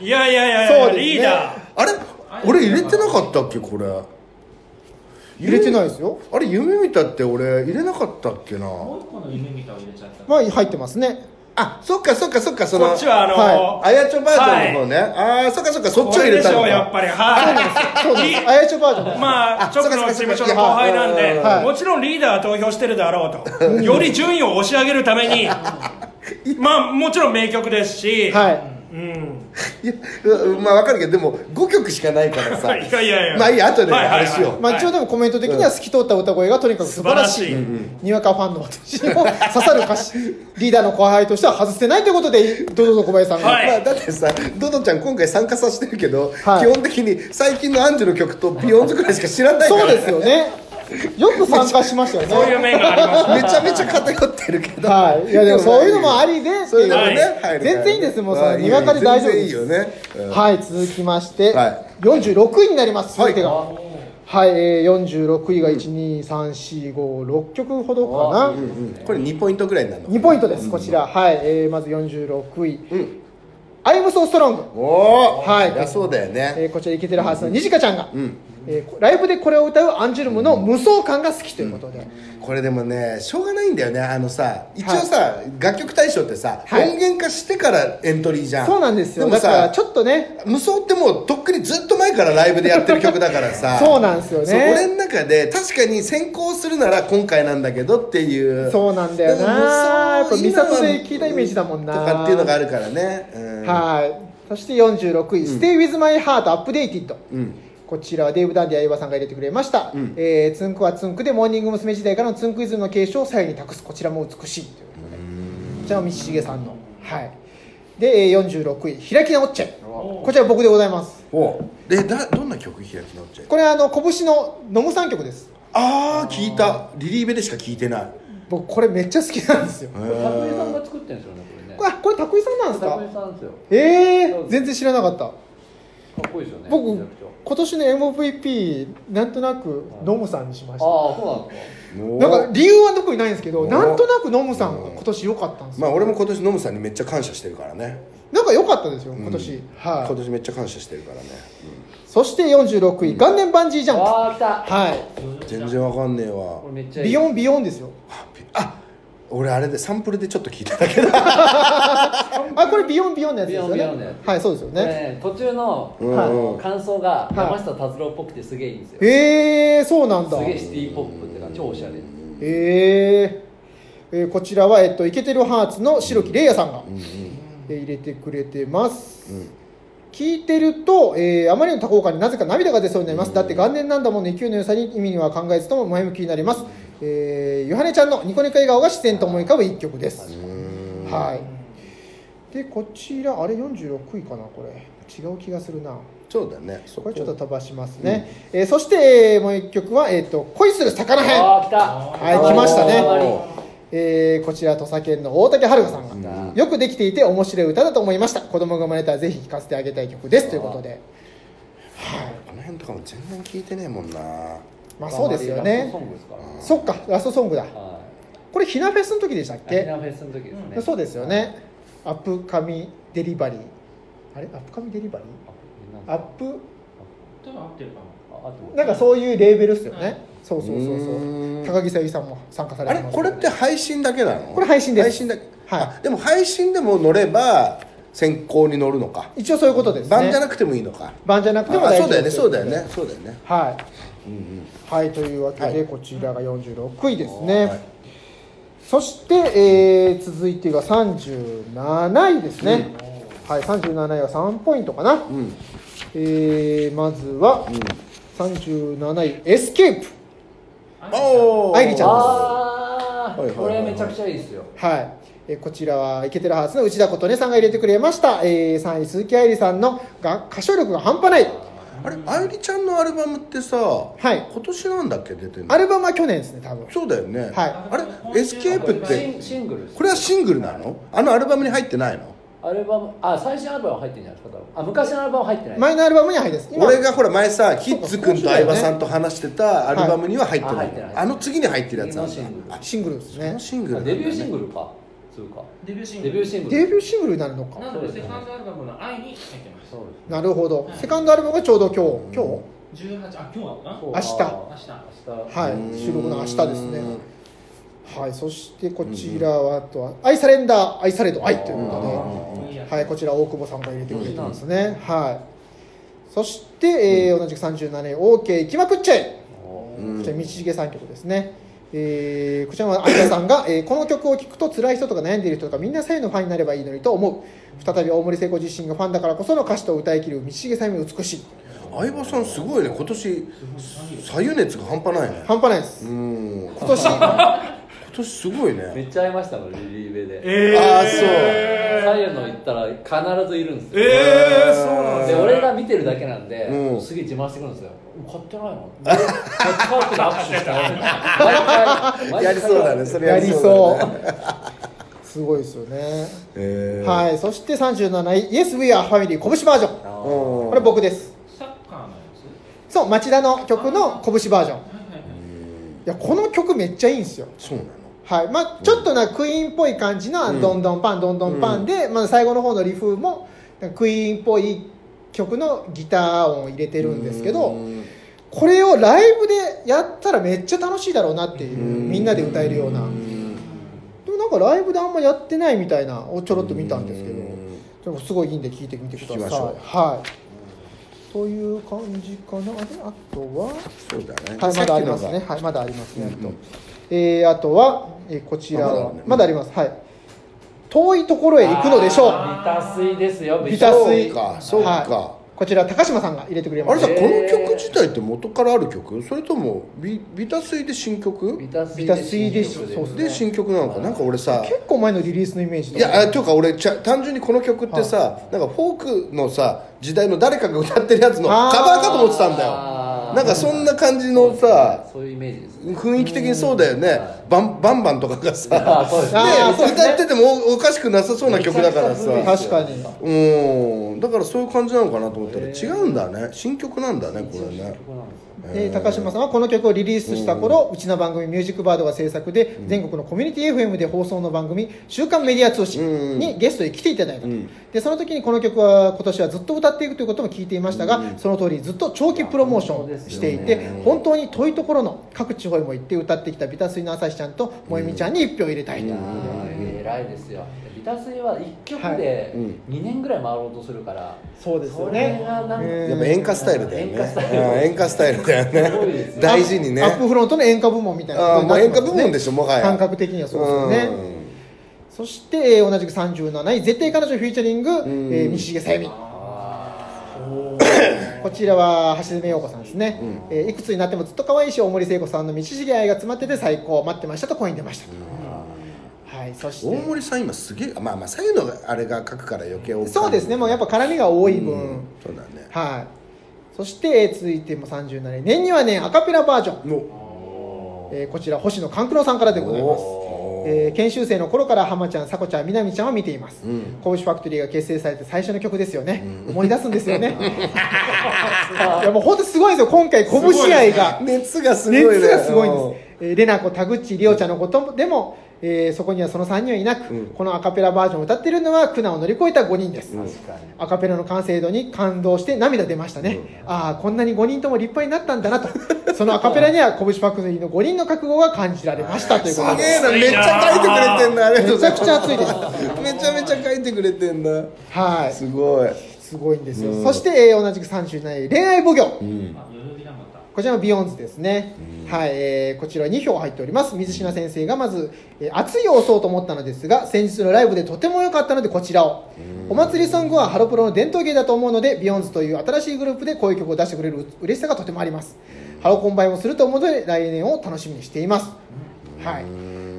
[SPEAKER 4] いやいやいやいや
[SPEAKER 1] そうですね
[SPEAKER 4] リーダー
[SPEAKER 3] あれ俺入れてなかったっけこれ
[SPEAKER 1] 入れてないですよ
[SPEAKER 3] あれ夢見たって俺入れなかったっけな
[SPEAKER 4] もう一個の夢見たを入れちゃった
[SPEAKER 1] まあ入ってますね
[SPEAKER 3] あそっかそっかそっかその
[SPEAKER 4] こっちはあの
[SPEAKER 1] は
[SPEAKER 3] あやちょバージョンの方ね、ああそっかそっかそっちを
[SPEAKER 4] こ
[SPEAKER 3] 入れ
[SPEAKER 4] れでした
[SPEAKER 3] の
[SPEAKER 4] ょ
[SPEAKER 3] か
[SPEAKER 4] うやっぱりはい
[SPEAKER 1] そうですあやちょバージョンです
[SPEAKER 4] まあ
[SPEAKER 3] あ
[SPEAKER 4] 直の事務所の後輩なんで、
[SPEAKER 1] そうかそうかはい
[SPEAKER 4] もちろんリーダーは投票してるだろうと、より順位を押し上げるた めにまあもちろん名曲ですし、
[SPEAKER 1] はい
[SPEAKER 4] うん、
[SPEAKER 3] いやうまあわかるけどでも5曲しかないからさ
[SPEAKER 4] いやいやいや
[SPEAKER 3] まあいいや後で
[SPEAKER 4] はいはいはい
[SPEAKER 3] 話しよう、
[SPEAKER 1] まあ、一応でもコメント的には透き通った歌声がとにかく素晴らしい
[SPEAKER 4] 素晴らしい
[SPEAKER 1] にわかファンの私にも刺さる歌詞リーダーの後輩としては外せないということでどうぞ小林さんが、
[SPEAKER 4] はい
[SPEAKER 3] まあ、 だってさドドちゃん今回参加させてるけど、
[SPEAKER 1] はい
[SPEAKER 3] 基本的に最近のアンジュの曲とビヨンズくらいしか知らないか
[SPEAKER 1] そ
[SPEAKER 3] ら
[SPEAKER 1] うですよねよく参加しましたよ
[SPEAKER 4] そういう
[SPEAKER 1] ね
[SPEAKER 4] 面があ りま
[SPEAKER 3] め
[SPEAKER 4] す
[SPEAKER 3] ちゃめちゃ偏ってるけど
[SPEAKER 1] はい、いやでもそういうのもありでって
[SPEAKER 3] そうい
[SPEAKER 1] いうう
[SPEAKER 3] のもね、
[SPEAKER 4] は
[SPEAKER 3] 入るから
[SPEAKER 1] 全然いいですもうその
[SPEAKER 3] まあいい
[SPEAKER 1] にわかで大丈夫です
[SPEAKER 3] 全然いいよね、うん
[SPEAKER 1] はい続きまして、
[SPEAKER 3] はい
[SPEAKER 1] 46位になります
[SPEAKER 3] はい
[SPEAKER 1] 続いてがはい、えー、46位が123456曲ほどかな、
[SPEAKER 3] うんこれ2ポイントぐらいになるの
[SPEAKER 1] 2ポイントですこちら、はい、えー、まず46位
[SPEAKER 3] うん
[SPEAKER 1] 「アイムソーストロング」
[SPEAKER 3] おお
[SPEAKER 1] はい
[SPEAKER 3] そりゃそうだよね、
[SPEAKER 1] えーこちらイケてるハウスのにじかちゃんが、
[SPEAKER 3] ん
[SPEAKER 1] えーこライブでこれを歌うアンジュルムの無双感が好きということで、
[SPEAKER 3] これでもねしょうがないんだよねあのさ一応さ、楽曲大賞ってさ、
[SPEAKER 1] はい
[SPEAKER 3] 音源化してからエントリーじゃん
[SPEAKER 1] そうなんですよ
[SPEAKER 3] でも
[SPEAKER 1] だから
[SPEAKER 3] さ
[SPEAKER 1] ちょっとね
[SPEAKER 3] 無双ってもうとっくにずっと前からライブでやってる曲だからさ
[SPEAKER 1] そうなんですよね
[SPEAKER 3] そう俺の中で確かに先行するなら今回なんだけどっていう
[SPEAKER 1] そうなんだよな
[SPEAKER 3] でも無双
[SPEAKER 1] やっぱ美里で聞いたイメージだもんな
[SPEAKER 3] とかっていうのがあるからね、うん、
[SPEAKER 1] はいそして46位「StayWithMyHeart アップデイティッド
[SPEAKER 3] うん」
[SPEAKER 1] こちらはデイブ・ダンディ相葉さんが入れてくれました、
[SPEAKER 3] うん
[SPEAKER 1] えーツンクはツンクでモーニング娘。時代からのツンクイズムの継承を左右に託すこちらも美しいということでこちらも道重さんのはいでえー46位「開き直っちゃえ」こちら僕でございます
[SPEAKER 3] おでだどんな曲開き直っちゃい
[SPEAKER 1] これあの拳のノムさん曲です
[SPEAKER 3] ああ聞いたリリーベでしか聞いてない
[SPEAKER 1] 僕これめっちゃ好きなんですよ
[SPEAKER 3] へ
[SPEAKER 5] これ拓井さん
[SPEAKER 3] ー
[SPEAKER 5] が作ってるんですよねこれね
[SPEAKER 1] これこれ拓井さんなんです
[SPEAKER 5] 拓井
[SPEAKER 1] か
[SPEAKER 5] さんですよ
[SPEAKER 1] ええー、全然知らなかった
[SPEAKER 5] かっこいいですよね
[SPEAKER 1] 僕
[SPEAKER 5] めちゃくちゃ
[SPEAKER 1] 今年の MVP なんとなくノムさんにしま
[SPEAKER 5] ああ
[SPEAKER 1] した
[SPEAKER 5] そうなんですか
[SPEAKER 3] おー
[SPEAKER 1] なんか理由は特にないんですけど
[SPEAKER 3] お
[SPEAKER 1] なんとなくノムさんが今年良かったんですよ
[SPEAKER 3] まあ俺も今年ノムさんにめっちゃ感謝してるからね
[SPEAKER 1] なんか良かったですよ今
[SPEAKER 3] う
[SPEAKER 1] 年
[SPEAKER 3] ん
[SPEAKER 1] はい
[SPEAKER 3] 今年めっちゃ感謝してるからね、
[SPEAKER 1] そして46位元年バンジージャンプ
[SPEAKER 5] わー来た
[SPEAKER 1] はい
[SPEAKER 3] 全然わかんねえわ
[SPEAKER 5] これめっちゃいい
[SPEAKER 1] ビヨンビヨンですよ
[SPEAKER 3] あ俺あれでサンプルでちょっと聞いただけ だ
[SPEAKER 1] あこれビヨンビヨンのやつですよね
[SPEAKER 5] ビヨンビヨンのやつ
[SPEAKER 1] はいそうですよ
[SPEAKER 5] これ
[SPEAKER 1] ね
[SPEAKER 5] ね途中のあ
[SPEAKER 3] うん
[SPEAKER 5] の感想が
[SPEAKER 1] い
[SPEAKER 5] 山下達郎っぽくてすげえいいんですよ
[SPEAKER 1] へえそうなんだ
[SPEAKER 5] すげえシティポップっていうか超おしゃれ
[SPEAKER 1] えーえーこちらは、えっと、イケてるハーツの白木玲也さんが、えー入れてくれてます、聞いてると、えーあまりの多幸感になぜか涙が出そうになります、だって元年なんだもんの勢いの良さに意味には考えずとも前向きになります、えー、ゆはねちゃんのニコニコ笑顔が自然と思い浮かぶ一曲です、はいでこちらあれ46位かなこれ違う気がするな
[SPEAKER 3] そうだねそ
[SPEAKER 1] これちょっと飛ばしますね、えーそして、えーもう一曲は、えーと「恋する魚編」
[SPEAKER 5] あー来た
[SPEAKER 1] はい来ましたね
[SPEAKER 5] お
[SPEAKER 1] えーこちら土佐県の大竹春香さんが
[SPEAKER 5] うん
[SPEAKER 1] よくできていて面白い歌だと思いました子供が生まれたらぜひ聴かせてあげたい曲ですということで
[SPEAKER 3] この辺とかも全然聞いてねえもんな
[SPEAKER 1] まあそうですよね
[SPEAKER 5] ソングですから
[SPEAKER 1] そっかラストソングだ
[SPEAKER 5] は
[SPEAKER 1] これひなフェスの時でしたっ
[SPEAKER 5] いアキ
[SPEAKER 1] け
[SPEAKER 5] ナフェスの時ですね
[SPEAKER 1] そうですよねアップカミデリバリーあれアップカミデリバリ
[SPEAKER 5] あ
[SPEAKER 1] ーアップ
[SPEAKER 4] ちょっと合ってるかな
[SPEAKER 5] ああと
[SPEAKER 1] なんかそういうレーベルっすよねそうそうそう
[SPEAKER 3] う
[SPEAKER 1] そ
[SPEAKER 3] ーん
[SPEAKER 1] う高木さゆりさんも参加され
[SPEAKER 3] あ
[SPEAKER 1] て
[SPEAKER 3] れ
[SPEAKER 1] ます
[SPEAKER 3] これって配信だけなの
[SPEAKER 1] これ配信です
[SPEAKER 3] 配信だけ、
[SPEAKER 1] はい
[SPEAKER 3] あでも配信でも乗れば先行に乗るのか
[SPEAKER 1] 一応そういうことですね
[SPEAKER 3] 番じゃなくてもいいのか
[SPEAKER 1] 番じゃなくても
[SPEAKER 3] あ
[SPEAKER 1] 大丈
[SPEAKER 3] そ
[SPEAKER 1] 夫
[SPEAKER 3] うだよね
[SPEAKER 1] とい
[SPEAKER 3] そう
[SPEAKER 1] こ
[SPEAKER 3] だ
[SPEAKER 1] と
[SPEAKER 3] よ
[SPEAKER 1] で
[SPEAKER 3] ねそうだよね
[SPEAKER 1] はい
[SPEAKER 3] うんうん
[SPEAKER 1] はい、というわけで、
[SPEAKER 3] はい
[SPEAKER 1] こちらが46位ですね、
[SPEAKER 3] はい
[SPEAKER 1] そして、えー続いてが37位ですね、はい、37位は3ポイントかな、
[SPEAKER 3] うん
[SPEAKER 1] えーまずは
[SPEAKER 3] うん
[SPEAKER 1] 37位エスケープ
[SPEAKER 3] おー
[SPEAKER 1] 愛理ちゃんです
[SPEAKER 5] あ
[SPEAKER 3] はいはいはいは
[SPEAKER 5] ー
[SPEAKER 3] い
[SPEAKER 5] これめちゃくちゃいいですよ
[SPEAKER 1] はい、えーこちらはイケてるハーツの内田琴音さんが入れてくれました、えー3位鈴木愛理さんのが歌唱力が半端ない
[SPEAKER 3] あれ愛理ちゃんのアルバムってさ、
[SPEAKER 1] い
[SPEAKER 3] 今年なんだっけ出てるの
[SPEAKER 1] アルバムは去年ですね多分
[SPEAKER 3] そうだよね、
[SPEAKER 1] は
[SPEAKER 3] あれエスケープっ
[SPEAKER 5] シ
[SPEAKER 3] て
[SPEAKER 5] ンシングルです
[SPEAKER 3] これはシングルなのあのアルバムに入ってないの
[SPEAKER 5] アルバムあ最新アルバムは入ってるんじゃないですか多分あ昔のアルバムは入ってない
[SPEAKER 1] 前のアルバムには入ってます今
[SPEAKER 3] 俺がほら前さキッズ君と相葉さんと話してたアルバムには入って
[SPEAKER 5] は
[SPEAKER 3] ないいの、
[SPEAKER 5] あ入ってない
[SPEAKER 3] あの次に入ってるやつなんだ
[SPEAKER 5] 次のシングル
[SPEAKER 3] あ
[SPEAKER 1] シングルです
[SPEAKER 3] そ
[SPEAKER 1] ね
[SPEAKER 3] のシングル
[SPEAKER 5] あ
[SPEAKER 3] なんだ
[SPEAKER 5] デ
[SPEAKER 3] ね
[SPEAKER 5] ビューシングルかそうか
[SPEAKER 4] デビューシング
[SPEAKER 5] デ
[SPEAKER 4] ル
[SPEAKER 5] ビューシングル
[SPEAKER 1] デビューシングルになるのか
[SPEAKER 4] なのでセカンドアルバムの「愛」に入ってます
[SPEAKER 5] そうです
[SPEAKER 1] なるほど、セカンドアルバムがちょうど今日、今日
[SPEAKER 4] 18あ今日は
[SPEAKER 5] そう
[SPEAKER 1] 明日
[SPEAKER 5] あー明日
[SPEAKER 1] は
[SPEAKER 3] う
[SPEAKER 1] い、
[SPEAKER 3] ーん
[SPEAKER 1] 収録の明日ですね。はい、そしてこちらは、あとは、愛されんだ、愛されど愛というこ
[SPEAKER 4] な
[SPEAKER 1] とで、はい、こちら大久保さんが入れてくれてます
[SPEAKER 5] う
[SPEAKER 1] ね。はい。そして、えー同じく37位、OK、行きまくっちゃえ
[SPEAKER 5] おー
[SPEAKER 1] こちら、道重さん曲ですね。えーこちらは、あやさんが、えーこの曲を聴くと辛い人とか悩んでいる人とか、みんなさえのファンになればいいのにと思う。再び大森聖子自身がファンだからこその歌詞と歌い切る道重さんも美しい。
[SPEAKER 3] 相葉さんすごいね今年左右熱が半端ないね
[SPEAKER 1] 半端ないです
[SPEAKER 3] う。ん今
[SPEAKER 1] 今年、
[SPEAKER 3] 年すごい
[SPEAKER 5] め
[SPEAKER 3] ね
[SPEAKER 5] っちゃ会いましたもんリリーベで
[SPEAKER 3] ああそう
[SPEAKER 5] サイの行ったら必ずいるんですよ、
[SPEAKER 2] えー、そうなん
[SPEAKER 5] で俺が見てるだけなんで、
[SPEAKER 3] うん
[SPEAKER 5] すげえ自慢してくるんですよ買ってないの買ってなくて握手したよ毎回毎回
[SPEAKER 3] やりそうだねそ れ
[SPEAKER 1] や
[SPEAKER 3] や
[SPEAKER 1] り
[SPEAKER 3] りそう
[SPEAKER 1] そ
[SPEAKER 3] だね
[SPEAKER 1] う。 すごいですよね。
[SPEAKER 3] えー
[SPEAKER 1] はい、そして37位、Yes, We Are Family 拳バージョン。
[SPEAKER 5] あー
[SPEAKER 3] うん
[SPEAKER 1] これ僕です。
[SPEAKER 4] サッカーのやつ
[SPEAKER 1] そう、町田の曲の拳バージョン。い
[SPEAKER 4] はいはいはい
[SPEAKER 1] や、この曲めっちゃいいんですよ。
[SPEAKER 3] そうなの
[SPEAKER 1] はい、まあちょっとな、クイーンっぽい感じの、どんどんパン、どんどんパンで、まあ最後の方のリフも、なんかクイーンっぽい曲のギター音を入れてるんですけど、
[SPEAKER 3] うん
[SPEAKER 1] これをライブでやったらめっちゃ楽しいだろうなっていう、みんなで歌えるような。でもなんかライブであんまやってないみたいなをちょろっと見たんですけど
[SPEAKER 3] うん
[SPEAKER 1] でもすごいいいんで聞いてみてください
[SPEAKER 3] 聞きましょう
[SPEAKER 1] はいという感じかなであとは
[SPEAKER 3] そうだね
[SPEAKER 1] はいまだありますねはいまだありますね、あとえーあとは、えーこちら
[SPEAKER 3] あまだあ
[SPEAKER 1] は
[SPEAKER 3] るね
[SPEAKER 1] まだありますはい遠いところへ行くのでしょう
[SPEAKER 5] あービタスイですよ
[SPEAKER 1] ビタスイ
[SPEAKER 3] そうかそうか
[SPEAKER 1] はい、こちら高島さんが入れてくれ
[SPEAKER 3] あ
[SPEAKER 1] ま
[SPEAKER 3] れ
[SPEAKER 1] した
[SPEAKER 3] さこ
[SPEAKER 5] え
[SPEAKER 3] の曲自体って元からある曲それともビビタスイで新曲
[SPEAKER 5] ビタスイ
[SPEAKER 1] ビタスイでし
[SPEAKER 5] 新曲
[SPEAKER 1] そうっすね
[SPEAKER 3] で新曲なのかなんか俺さ
[SPEAKER 1] 結構前のリリースのイメージと
[SPEAKER 3] いやあというか俺ちゃ単純にこの曲ってさ、なんかフォークのさ時代の誰かが歌ってるやつのカ
[SPEAKER 1] あー
[SPEAKER 3] バーかと思ってたんだよ
[SPEAKER 5] あー
[SPEAKER 3] なんかそんな感じのさ
[SPEAKER 5] そういうイメージですね
[SPEAKER 3] 雰囲気的にそうだよねバンバンバンとかが
[SPEAKER 5] あ
[SPEAKER 3] さ
[SPEAKER 5] ーそうですね
[SPEAKER 1] あーそうですね
[SPEAKER 3] 歌っててもおかしくなさそうな曲だからさ
[SPEAKER 5] めちゃくち
[SPEAKER 1] 確
[SPEAKER 5] ゃ
[SPEAKER 1] か
[SPEAKER 5] 古い
[SPEAKER 1] に
[SPEAKER 3] うんだからそういう感じなのかなと思ったら違うんだね新曲なんだねこれね
[SPEAKER 5] 新曲なんですよ
[SPEAKER 1] えー高島さんはこの曲をリリースした頃、うちの番組「ミュージックバードが制作で、全国のコミュニティ FM で放送の番組「週刊メディア通信」にゲストに来ていただいたと、
[SPEAKER 3] うん
[SPEAKER 1] でその時にこの曲は今年はずっと歌っていくということも聞いていましたが、その通りずっと長期プロモーションしていて、本当に遠いところの各地方へも行って歌ってきたビタスイの朝日ちゃんと萌実ちゃんに1票入れたい
[SPEAKER 5] い
[SPEAKER 1] と、
[SPEAKER 5] やー偉いですよビタスイは1曲で
[SPEAKER 3] うん
[SPEAKER 5] 2年ぐらい回ろうとするから、
[SPEAKER 1] そうですよね
[SPEAKER 5] それがなんか
[SPEAKER 1] えー
[SPEAKER 3] やっぱ演歌スタイルだよね
[SPEAKER 5] 演歌スタ
[SPEAKER 3] う
[SPEAKER 5] イル
[SPEAKER 3] ん演歌スタイルだ
[SPEAKER 5] すご
[SPEAKER 3] よね
[SPEAKER 5] いですね
[SPEAKER 3] 大事にね
[SPEAKER 1] アップフロントの演歌部門みたいな
[SPEAKER 3] あーもう演歌部門でしょもはや
[SPEAKER 1] 感覚的にはそうですよね、そして、えー同じく37位「絶対彼女」フィーチャリング、
[SPEAKER 3] ん
[SPEAKER 1] えー、西重さゆみ
[SPEAKER 5] あ
[SPEAKER 1] こちらは橋爪陽子さんですね、えーいくつになってもずっと可愛いし大森聖子さんの道重愛が詰まってて最高待ってましたと声に出ましたと、はいそし
[SPEAKER 3] うん大
[SPEAKER 1] て
[SPEAKER 3] 森さん今すげえまあまあ左右のあれが書くから余計多く
[SPEAKER 1] そうですねもうやっぱ絡みが多い分、
[SPEAKER 3] そうだね
[SPEAKER 1] はいそして、えー続いても37位年にはねアカペラバージョン、
[SPEAKER 3] の
[SPEAKER 1] えーこちら星野勘九郎さんからでございます
[SPEAKER 3] おー
[SPEAKER 1] えー研修生の頃から浜ちゃん、さこちゃん、みなみちゃんを見ています、
[SPEAKER 3] ん
[SPEAKER 1] 拳ファクトリーが結成されて最初の曲ですよね、思い出すんですよ ねいやもう本当すごいですよ今回拳愛が、
[SPEAKER 3] 熱がすごいね
[SPEAKER 1] 熱がすごいんです、えー、れなこ田口りおちゃんのこともでも、えーそこにはその3人はいなく、
[SPEAKER 3] うん
[SPEAKER 1] このアカペラバージョンを歌っているのは苦難を乗り越えた5人です、
[SPEAKER 3] うん
[SPEAKER 5] ー確かに
[SPEAKER 1] アカペラの完成度に感動して涙出ましたね、ああこんなに5人とも立派になったんだなと そのアカペラには拳ファクトリーの5人の覚悟が感じられましたという
[SPEAKER 3] す
[SPEAKER 1] こと
[SPEAKER 3] げ
[SPEAKER 1] で
[SPEAKER 3] えなめっちゃ書いてくれてんだありがとう
[SPEAKER 1] め
[SPEAKER 3] ご
[SPEAKER 1] ち
[SPEAKER 3] ざい
[SPEAKER 1] ゃ
[SPEAKER 3] ま
[SPEAKER 1] く
[SPEAKER 3] す
[SPEAKER 1] ちゃ熱いです
[SPEAKER 3] めちゃめちゃ書いてくれてんだ
[SPEAKER 1] はい
[SPEAKER 3] すごい
[SPEAKER 1] すごいんですよ、
[SPEAKER 3] うん
[SPEAKER 1] そして、えー同じく37位恋愛奉行、
[SPEAKER 3] うん
[SPEAKER 4] あ代々木だまた
[SPEAKER 1] こちらもビヨーンズですね、はい、えーこちら2票入っております水品先生がまず、えー熱いを押そうと思ったのですが先日のライブでとても良かったのでこちらを、お祭りソングはハロプロの伝統芸だと思うのでビヨーンズという新しいグループでこういう曲を出してくれるう嬉しさがとてもあります、ハロコンバイもすると思うので来年を楽しみにしています、はい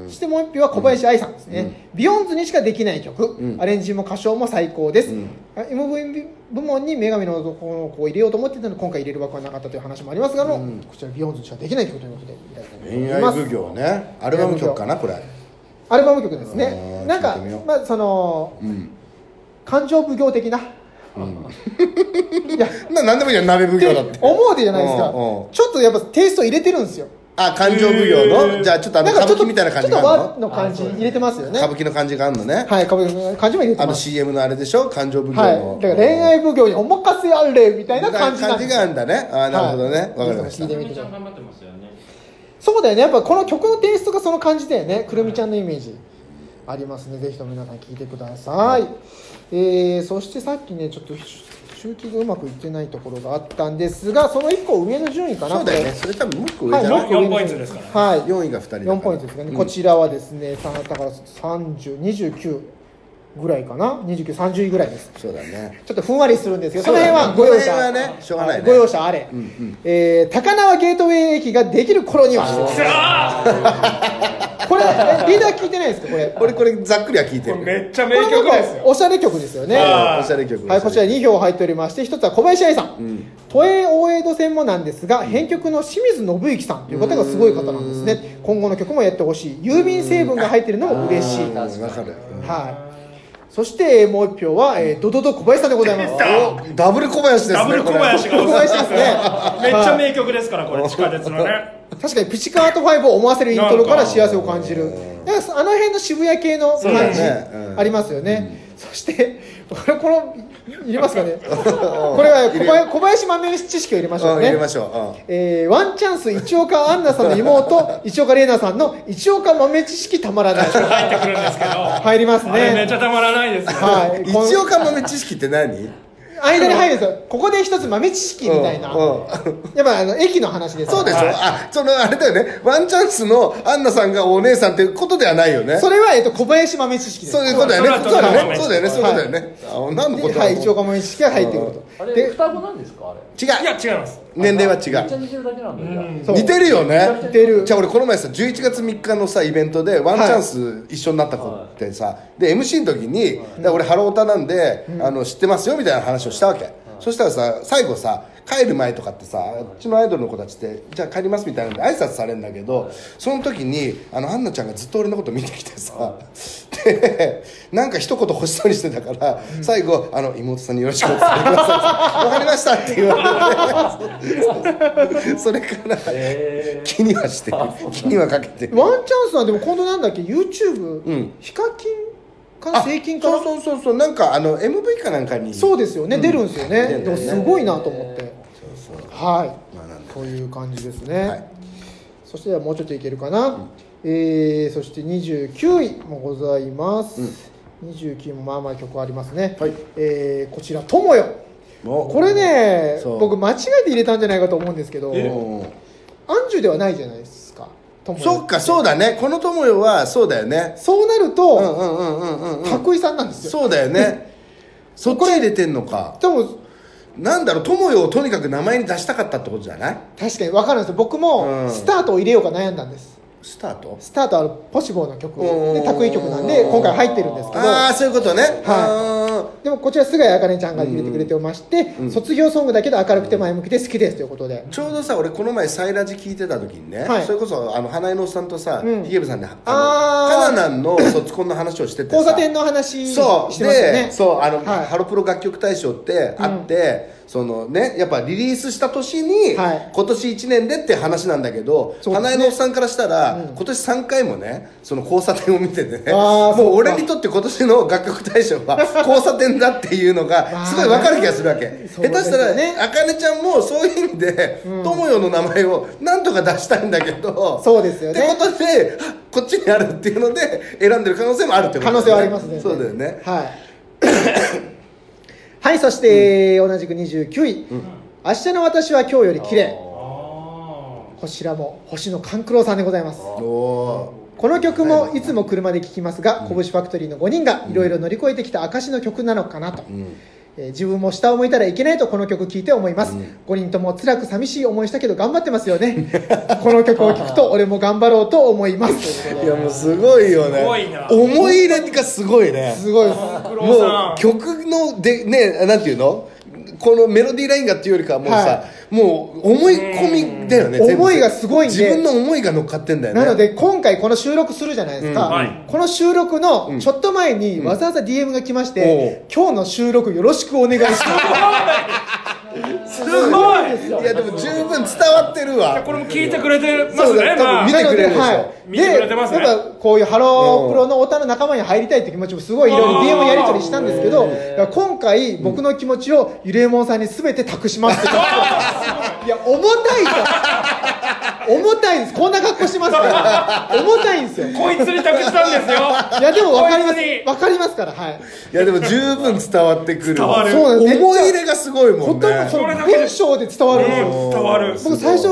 [SPEAKER 1] そしてもう一票は小林愛さんですね、ビヨーンズにしかできない曲、
[SPEAKER 3] うん
[SPEAKER 1] アレンジも歌唱も最高です、
[SPEAKER 3] うん
[SPEAKER 1] MV 部門に女神の男の子を入れようと思ってたので今回入れる枠はなかったという話もありますがの、こちらビヨーンズにしかできない曲ということでいただきたいと思
[SPEAKER 3] 恋
[SPEAKER 1] い
[SPEAKER 3] 愛
[SPEAKER 1] ます
[SPEAKER 3] 奉行ねアルバム曲かなこれ
[SPEAKER 1] アルバム曲です
[SPEAKER 3] あ
[SPEAKER 1] ね
[SPEAKER 3] ー
[SPEAKER 1] なん
[SPEAKER 3] 聞い
[SPEAKER 1] か
[SPEAKER 3] てみよう
[SPEAKER 1] まあその
[SPEAKER 3] うん
[SPEAKER 1] 感情奉行的な、いやっ
[SPEAKER 3] な何でもいいじゃん鍋奉
[SPEAKER 1] て
[SPEAKER 3] 行だって
[SPEAKER 1] 思うでじゃないですか、
[SPEAKER 3] うんうん
[SPEAKER 1] ちょっとやっぱテイスト入れてるんですよ
[SPEAKER 3] あ感情奉行の、じゃあちょっとあの
[SPEAKER 1] なんか
[SPEAKER 3] 歌
[SPEAKER 1] ちょっ
[SPEAKER 3] 舞
[SPEAKER 1] と
[SPEAKER 3] 伎みたいな感じ
[SPEAKER 1] ちょ
[SPEAKER 3] が
[SPEAKER 1] っと
[SPEAKER 3] ある
[SPEAKER 1] 和
[SPEAKER 3] の
[SPEAKER 1] の感じ入れてますよね
[SPEAKER 3] 歌舞伎の感じがあるのね、
[SPEAKER 1] はい歌舞伎の感じも入れて
[SPEAKER 3] あ
[SPEAKER 1] ま
[SPEAKER 3] の
[SPEAKER 1] す
[SPEAKER 3] CM のあれでしょ感情奉行
[SPEAKER 1] はい
[SPEAKER 3] の、、
[SPEAKER 1] だから恋愛奉行にお任せあれみたいな感じなん
[SPEAKER 3] 感
[SPEAKER 1] で
[SPEAKER 3] じ
[SPEAKER 1] す
[SPEAKER 3] があるんだねあーなるほどねわ、かりました
[SPEAKER 1] 聞いてみて
[SPEAKER 4] み
[SPEAKER 1] く
[SPEAKER 4] ち
[SPEAKER 1] だ
[SPEAKER 4] ゃ
[SPEAKER 1] さ
[SPEAKER 4] ん
[SPEAKER 1] い
[SPEAKER 4] 頑張ってますよね
[SPEAKER 1] そうだよねやっぱこの曲のテイストがその感じだよねくるみちゃんのイメージありますねぜひとも皆さん聞いてください、えーそしてさっきねちょっと集計がうまくいってないところがあったんですがその1個上の順位かな
[SPEAKER 3] そうだよねそれ多分もう一個上
[SPEAKER 1] はい、
[SPEAKER 3] じゃ
[SPEAKER 1] もう
[SPEAKER 3] ない、
[SPEAKER 1] 一個上の順位
[SPEAKER 6] 4ポイントですからね
[SPEAKER 1] はい
[SPEAKER 3] 4位が2人だから
[SPEAKER 1] 4ポイントですかね、こちらはですねさだから3029ぐらいかな2930位ぐらいです
[SPEAKER 3] そうだね
[SPEAKER 1] ちょっとふんわりするんですけど、その辺はご容
[SPEAKER 3] そ
[SPEAKER 1] 赦
[SPEAKER 3] の。辺はねしょうがないね
[SPEAKER 1] ご容赦あれ。えー高輪ゲートウェイ駅ができる頃には。これ、えリーダー聞いてないですか、これ。こ
[SPEAKER 3] 俺これざっくりは聞いてる
[SPEAKER 6] めっちゃ
[SPEAKER 1] れ
[SPEAKER 6] 名曲ですよ
[SPEAKER 1] おしゃれ曲ですよね。
[SPEAKER 6] あ
[SPEAKER 1] は
[SPEAKER 6] ー
[SPEAKER 3] おしゃれ曲
[SPEAKER 1] い、こちら2票入っておりまして、一つは小林愛さん。都営大江戸線もなんですが、編曲の清水信之さんという方がすごい方なんですね。今後の曲もやってほしい。郵便成分が入ってるのも嬉しい。
[SPEAKER 5] うん
[SPEAKER 3] わかる、
[SPEAKER 1] はい。そして、もう一票は、えードドド小林さんでございます。
[SPEAKER 3] おダブル小林ですね
[SPEAKER 6] ダブル小林
[SPEAKER 3] こ
[SPEAKER 6] が
[SPEAKER 1] 小林ですね。
[SPEAKER 6] めっちゃ名曲ですからこれ地下鉄のね
[SPEAKER 1] 確かにプチカート5を思わせるイントロから幸せを感じるなんかあの辺の渋谷系の
[SPEAKER 6] そうだ
[SPEAKER 1] 感
[SPEAKER 6] ね
[SPEAKER 1] じ
[SPEAKER 3] うん
[SPEAKER 1] ありますよねそしてこれこのいります かねこれは小林小林豆知識を入れまし
[SPEAKER 3] れ
[SPEAKER 1] ょ
[SPEAKER 3] う
[SPEAKER 1] うんね
[SPEAKER 3] 入れましょう、
[SPEAKER 1] えーワンチャンス一岡アンナさんの妹一岡玲奈さんの一岡豆知識たまらない
[SPEAKER 6] 入ってくるんですけど
[SPEAKER 1] 入ります
[SPEAKER 6] あれめっち
[SPEAKER 1] ね
[SPEAKER 6] ゃたまらないですね
[SPEAKER 1] は
[SPEAKER 3] う
[SPEAKER 1] い
[SPEAKER 3] ん、
[SPEAKER 1] この
[SPEAKER 3] 一岡豆知識って何
[SPEAKER 1] 間に入るんですよここで一つ豆知識みたいな
[SPEAKER 3] うんうん
[SPEAKER 1] やっぱあの駅の話です
[SPEAKER 3] そうでしょ、
[SPEAKER 6] はい
[SPEAKER 3] あそのあれだよねワンチャンスのアンナさんがお姉さんっていうことではないよね
[SPEAKER 1] それは、えっと、小林豆知識です
[SPEAKER 3] そういうことだよね
[SPEAKER 6] そ
[SPEAKER 3] そう
[SPEAKER 6] う
[SPEAKER 3] だよねそ
[SPEAKER 6] そうう
[SPEAKER 3] だよ
[SPEAKER 6] だよ
[SPEAKER 3] ね
[SPEAKER 6] ね
[SPEAKER 3] そういうことだよねあ女の子
[SPEAKER 1] で
[SPEAKER 3] と
[SPEAKER 1] はい一岡豆知識が入ってくると
[SPEAKER 5] あれ
[SPEAKER 1] で
[SPEAKER 5] 双子なんですかあれ
[SPEAKER 3] 違
[SPEAKER 6] いや
[SPEAKER 3] う
[SPEAKER 6] 違います
[SPEAKER 3] 年齢は
[SPEAKER 5] めっ
[SPEAKER 3] 違
[SPEAKER 5] ちゃ
[SPEAKER 3] う
[SPEAKER 5] 似てるだけなんだじゃ
[SPEAKER 6] う
[SPEAKER 5] あ
[SPEAKER 6] ん
[SPEAKER 1] そう
[SPEAKER 3] 似てるよね
[SPEAKER 1] 似てる
[SPEAKER 3] じゃあ俺この前さ11月3日のさイベントでワンチャンス一緒になった子ってさ、で MC の時に、だから俺ハロータなんで、あの知ってますよみたいな話をしたわけ、そしたらさ最後さ帰る前とかってさうちのアイドルの子たちってじゃあ帰りますみたいなんで挨拶されるんだけどその時にあのアンナちゃんがずっと俺のこと見てきてさででなんか一言欲しそうにしてたから、最後あの妹さんによろしくお伝えください わかりましたって言わ れてそれから
[SPEAKER 5] え
[SPEAKER 3] 気にはしてる気にはかけてる
[SPEAKER 1] ワンチャンスはでも今度なんだっけ YouTube、
[SPEAKER 3] うん
[SPEAKER 1] ヒカキンから
[SPEAKER 3] そ
[SPEAKER 1] 成金
[SPEAKER 3] う
[SPEAKER 1] から
[SPEAKER 3] そうそうそうなんかあの MV かなんかに
[SPEAKER 1] そうですよね、
[SPEAKER 3] うん
[SPEAKER 1] 出るんですよ
[SPEAKER 3] 出る
[SPEAKER 1] ね
[SPEAKER 3] ん
[SPEAKER 1] で
[SPEAKER 3] だよ
[SPEAKER 1] も
[SPEAKER 3] ね
[SPEAKER 1] すごいなと思って、
[SPEAKER 3] そうそう
[SPEAKER 1] はい、
[SPEAKER 3] まあなんだ
[SPEAKER 1] という感じですね、
[SPEAKER 3] はい
[SPEAKER 1] そしてもうちょっといけるかな、えーそして29位もございます、29もまあまあ曲ありますね、
[SPEAKER 3] はい
[SPEAKER 1] えーこちら「友よ」
[SPEAKER 3] もう
[SPEAKER 1] これね
[SPEAKER 3] そう
[SPEAKER 1] 僕間違えて入れたんじゃないかと思うんですけどアン
[SPEAKER 3] うん
[SPEAKER 1] ジュではないじゃないですか友よ
[SPEAKER 3] そっかそうだねこの友よはそうだよね
[SPEAKER 1] そうなる
[SPEAKER 3] うん
[SPEAKER 1] と
[SPEAKER 3] うんうんうんうんうん
[SPEAKER 1] 角井さんなんですよ、
[SPEAKER 3] そうだよねそっち入れてんのか
[SPEAKER 1] でも
[SPEAKER 3] なんだろう友よをとにかく名前に出したかったってことじゃない
[SPEAKER 1] 確かに分かるんですよ僕
[SPEAKER 3] う
[SPEAKER 1] も
[SPEAKER 3] ん
[SPEAKER 1] スタートを入れようか悩んだんです
[SPEAKER 3] スタート
[SPEAKER 1] スタートはポシボーの曲
[SPEAKER 3] うん
[SPEAKER 1] で拓井曲なんで今回入ってるんですけど
[SPEAKER 3] ああそういうことねは
[SPEAKER 1] でもこちら菅谷茜ちゃんが入れてくれてまして、
[SPEAKER 3] うん
[SPEAKER 1] 卒業ソングだけど明るくて前向きで好きですということで、
[SPEAKER 3] ちょうどさ俺この前「サイラジ」聞いてた時にね、
[SPEAKER 1] はい
[SPEAKER 3] それこそあの花江のおっさんとさ
[SPEAKER 1] うん
[SPEAKER 3] ヒゲ部さんであの
[SPEAKER 1] あー
[SPEAKER 3] カナナンの卒コンの話をしててさ
[SPEAKER 1] 交差点の話してま
[SPEAKER 3] そう
[SPEAKER 1] したよね
[SPEAKER 3] でそうあの、
[SPEAKER 1] はい
[SPEAKER 3] ハロプロ楽曲大賞ってあって、そのねやっぱリリースした年に、
[SPEAKER 1] はい
[SPEAKER 3] 今年1年でって話なんだけど、
[SPEAKER 1] そうですね
[SPEAKER 3] 花江のおっさんからしたら、今年3回もねその交差点を見ててね
[SPEAKER 1] あーそうか
[SPEAKER 3] もう俺にとって今年の楽曲大賞は交差点だっていうの
[SPEAKER 1] まあ
[SPEAKER 3] がすごいわかる気がするわけ、
[SPEAKER 1] そう
[SPEAKER 3] 下
[SPEAKER 1] で
[SPEAKER 3] 手
[SPEAKER 1] す
[SPEAKER 3] し
[SPEAKER 1] よ
[SPEAKER 3] た
[SPEAKER 1] ね
[SPEAKER 3] らあかねちゃんもそういう意味で、友よの名前をなんとか出したいんだけど
[SPEAKER 1] そうですよね
[SPEAKER 3] ってことであこっちにあるっていうので選んでる可能性もあるってこと
[SPEAKER 1] 可能性はありますね
[SPEAKER 3] そうだよね
[SPEAKER 1] はいはいそして、同じく29位、明日の私は今日より綺麗こちらも星野勘九郎さんでございます
[SPEAKER 3] おお
[SPEAKER 1] この曲もいつも車で聴きますが、拳ファクトリーの5人がいろいろ乗り越えてきた証の曲なのかなと、えー自分も下を向いたらいけないとこの曲聴いて思います、5人とも辛く寂しい思いしたけど頑張ってますよねこの曲を聴くと俺も頑張ろうと思いますということ
[SPEAKER 3] い
[SPEAKER 1] で
[SPEAKER 3] やもうすごいよね
[SPEAKER 6] すごいな
[SPEAKER 3] 思い入れがすごいね
[SPEAKER 1] すごいです
[SPEAKER 6] 黒
[SPEAKER 3] も
[SPEAKER 6] さ
[SPEAKER 3] う曲のでねなんていうのこのメロディーラインがっていうよりかはもうさ、
[SPEAKER 1] は
[SPEAKER 3] もう思い込みだよね
[SPEAKER 1] うん
[SPEAKER 3] 全部
[SPEAKER 1] 思いがすごいんで
[SPEAKER 3] 自分の思いが乗っかってんだよね
[SPEAKER 1] なので今回この収録するじゃないですか、
[SPEAKER 3] うん
[SPEAKER 6] はい
[SPEAKER 1] この収録のちょっと前にわざわざ DM が来まして、今日の収録よろしくお願いします
[SPEAKER 3] すごいいやでも十分伝わってるわ
[SPEAKER 6] んこれも聞いてくれてま
[SPEAKER 3] そ
[SPEAKER 6] す
[SPEAKER 3] うだ多
[SPEAKER 6] ね
[SPEAKER 3] 分
[SPEAKER 6] まあ
[SPEAKER 3] 見てくれるでしょ
[SPEAKER 1] なの
[SPEAKER 6] 見てくれてますね
[SPEAKER 1] でやっぱこういうハロープロのオタの仲間に入りたいって気持ちもすごいいろいろ DM やり取りしたんですけど、だから今回僕の気持ちをゆれもんさんに全て託しますって いや重たいと重たいですこんな格好してます から重たいんですよ
[SPEAKER 6] こいつに託したんですよ
[SPEAKER 1] いやでも分かります
[SPEAKER 6] こいつに
[SPEAKER 1] 分かりますからはい
[SPEAKER 3] いやでも十分伝わってくるわ
[SPEAKER 1] 伝わるそうだね
[SPEAKER 3] 思い入れがすごいも
[SPEAKER 1] ほ
[SPEAKER 3] ん
[SPEAKER 1] とん
[SPEAKER 3] ね
[SPEAKER 1] どそ
[SPEAKER 6] これ
[SPEAKER 1] の
[SPEAKER 6] だけで
[SPEAKER 1] 文章で伝わるんですよ
[SPEAKER 6] うん伝わる
[SPEAKER 1] 僕最初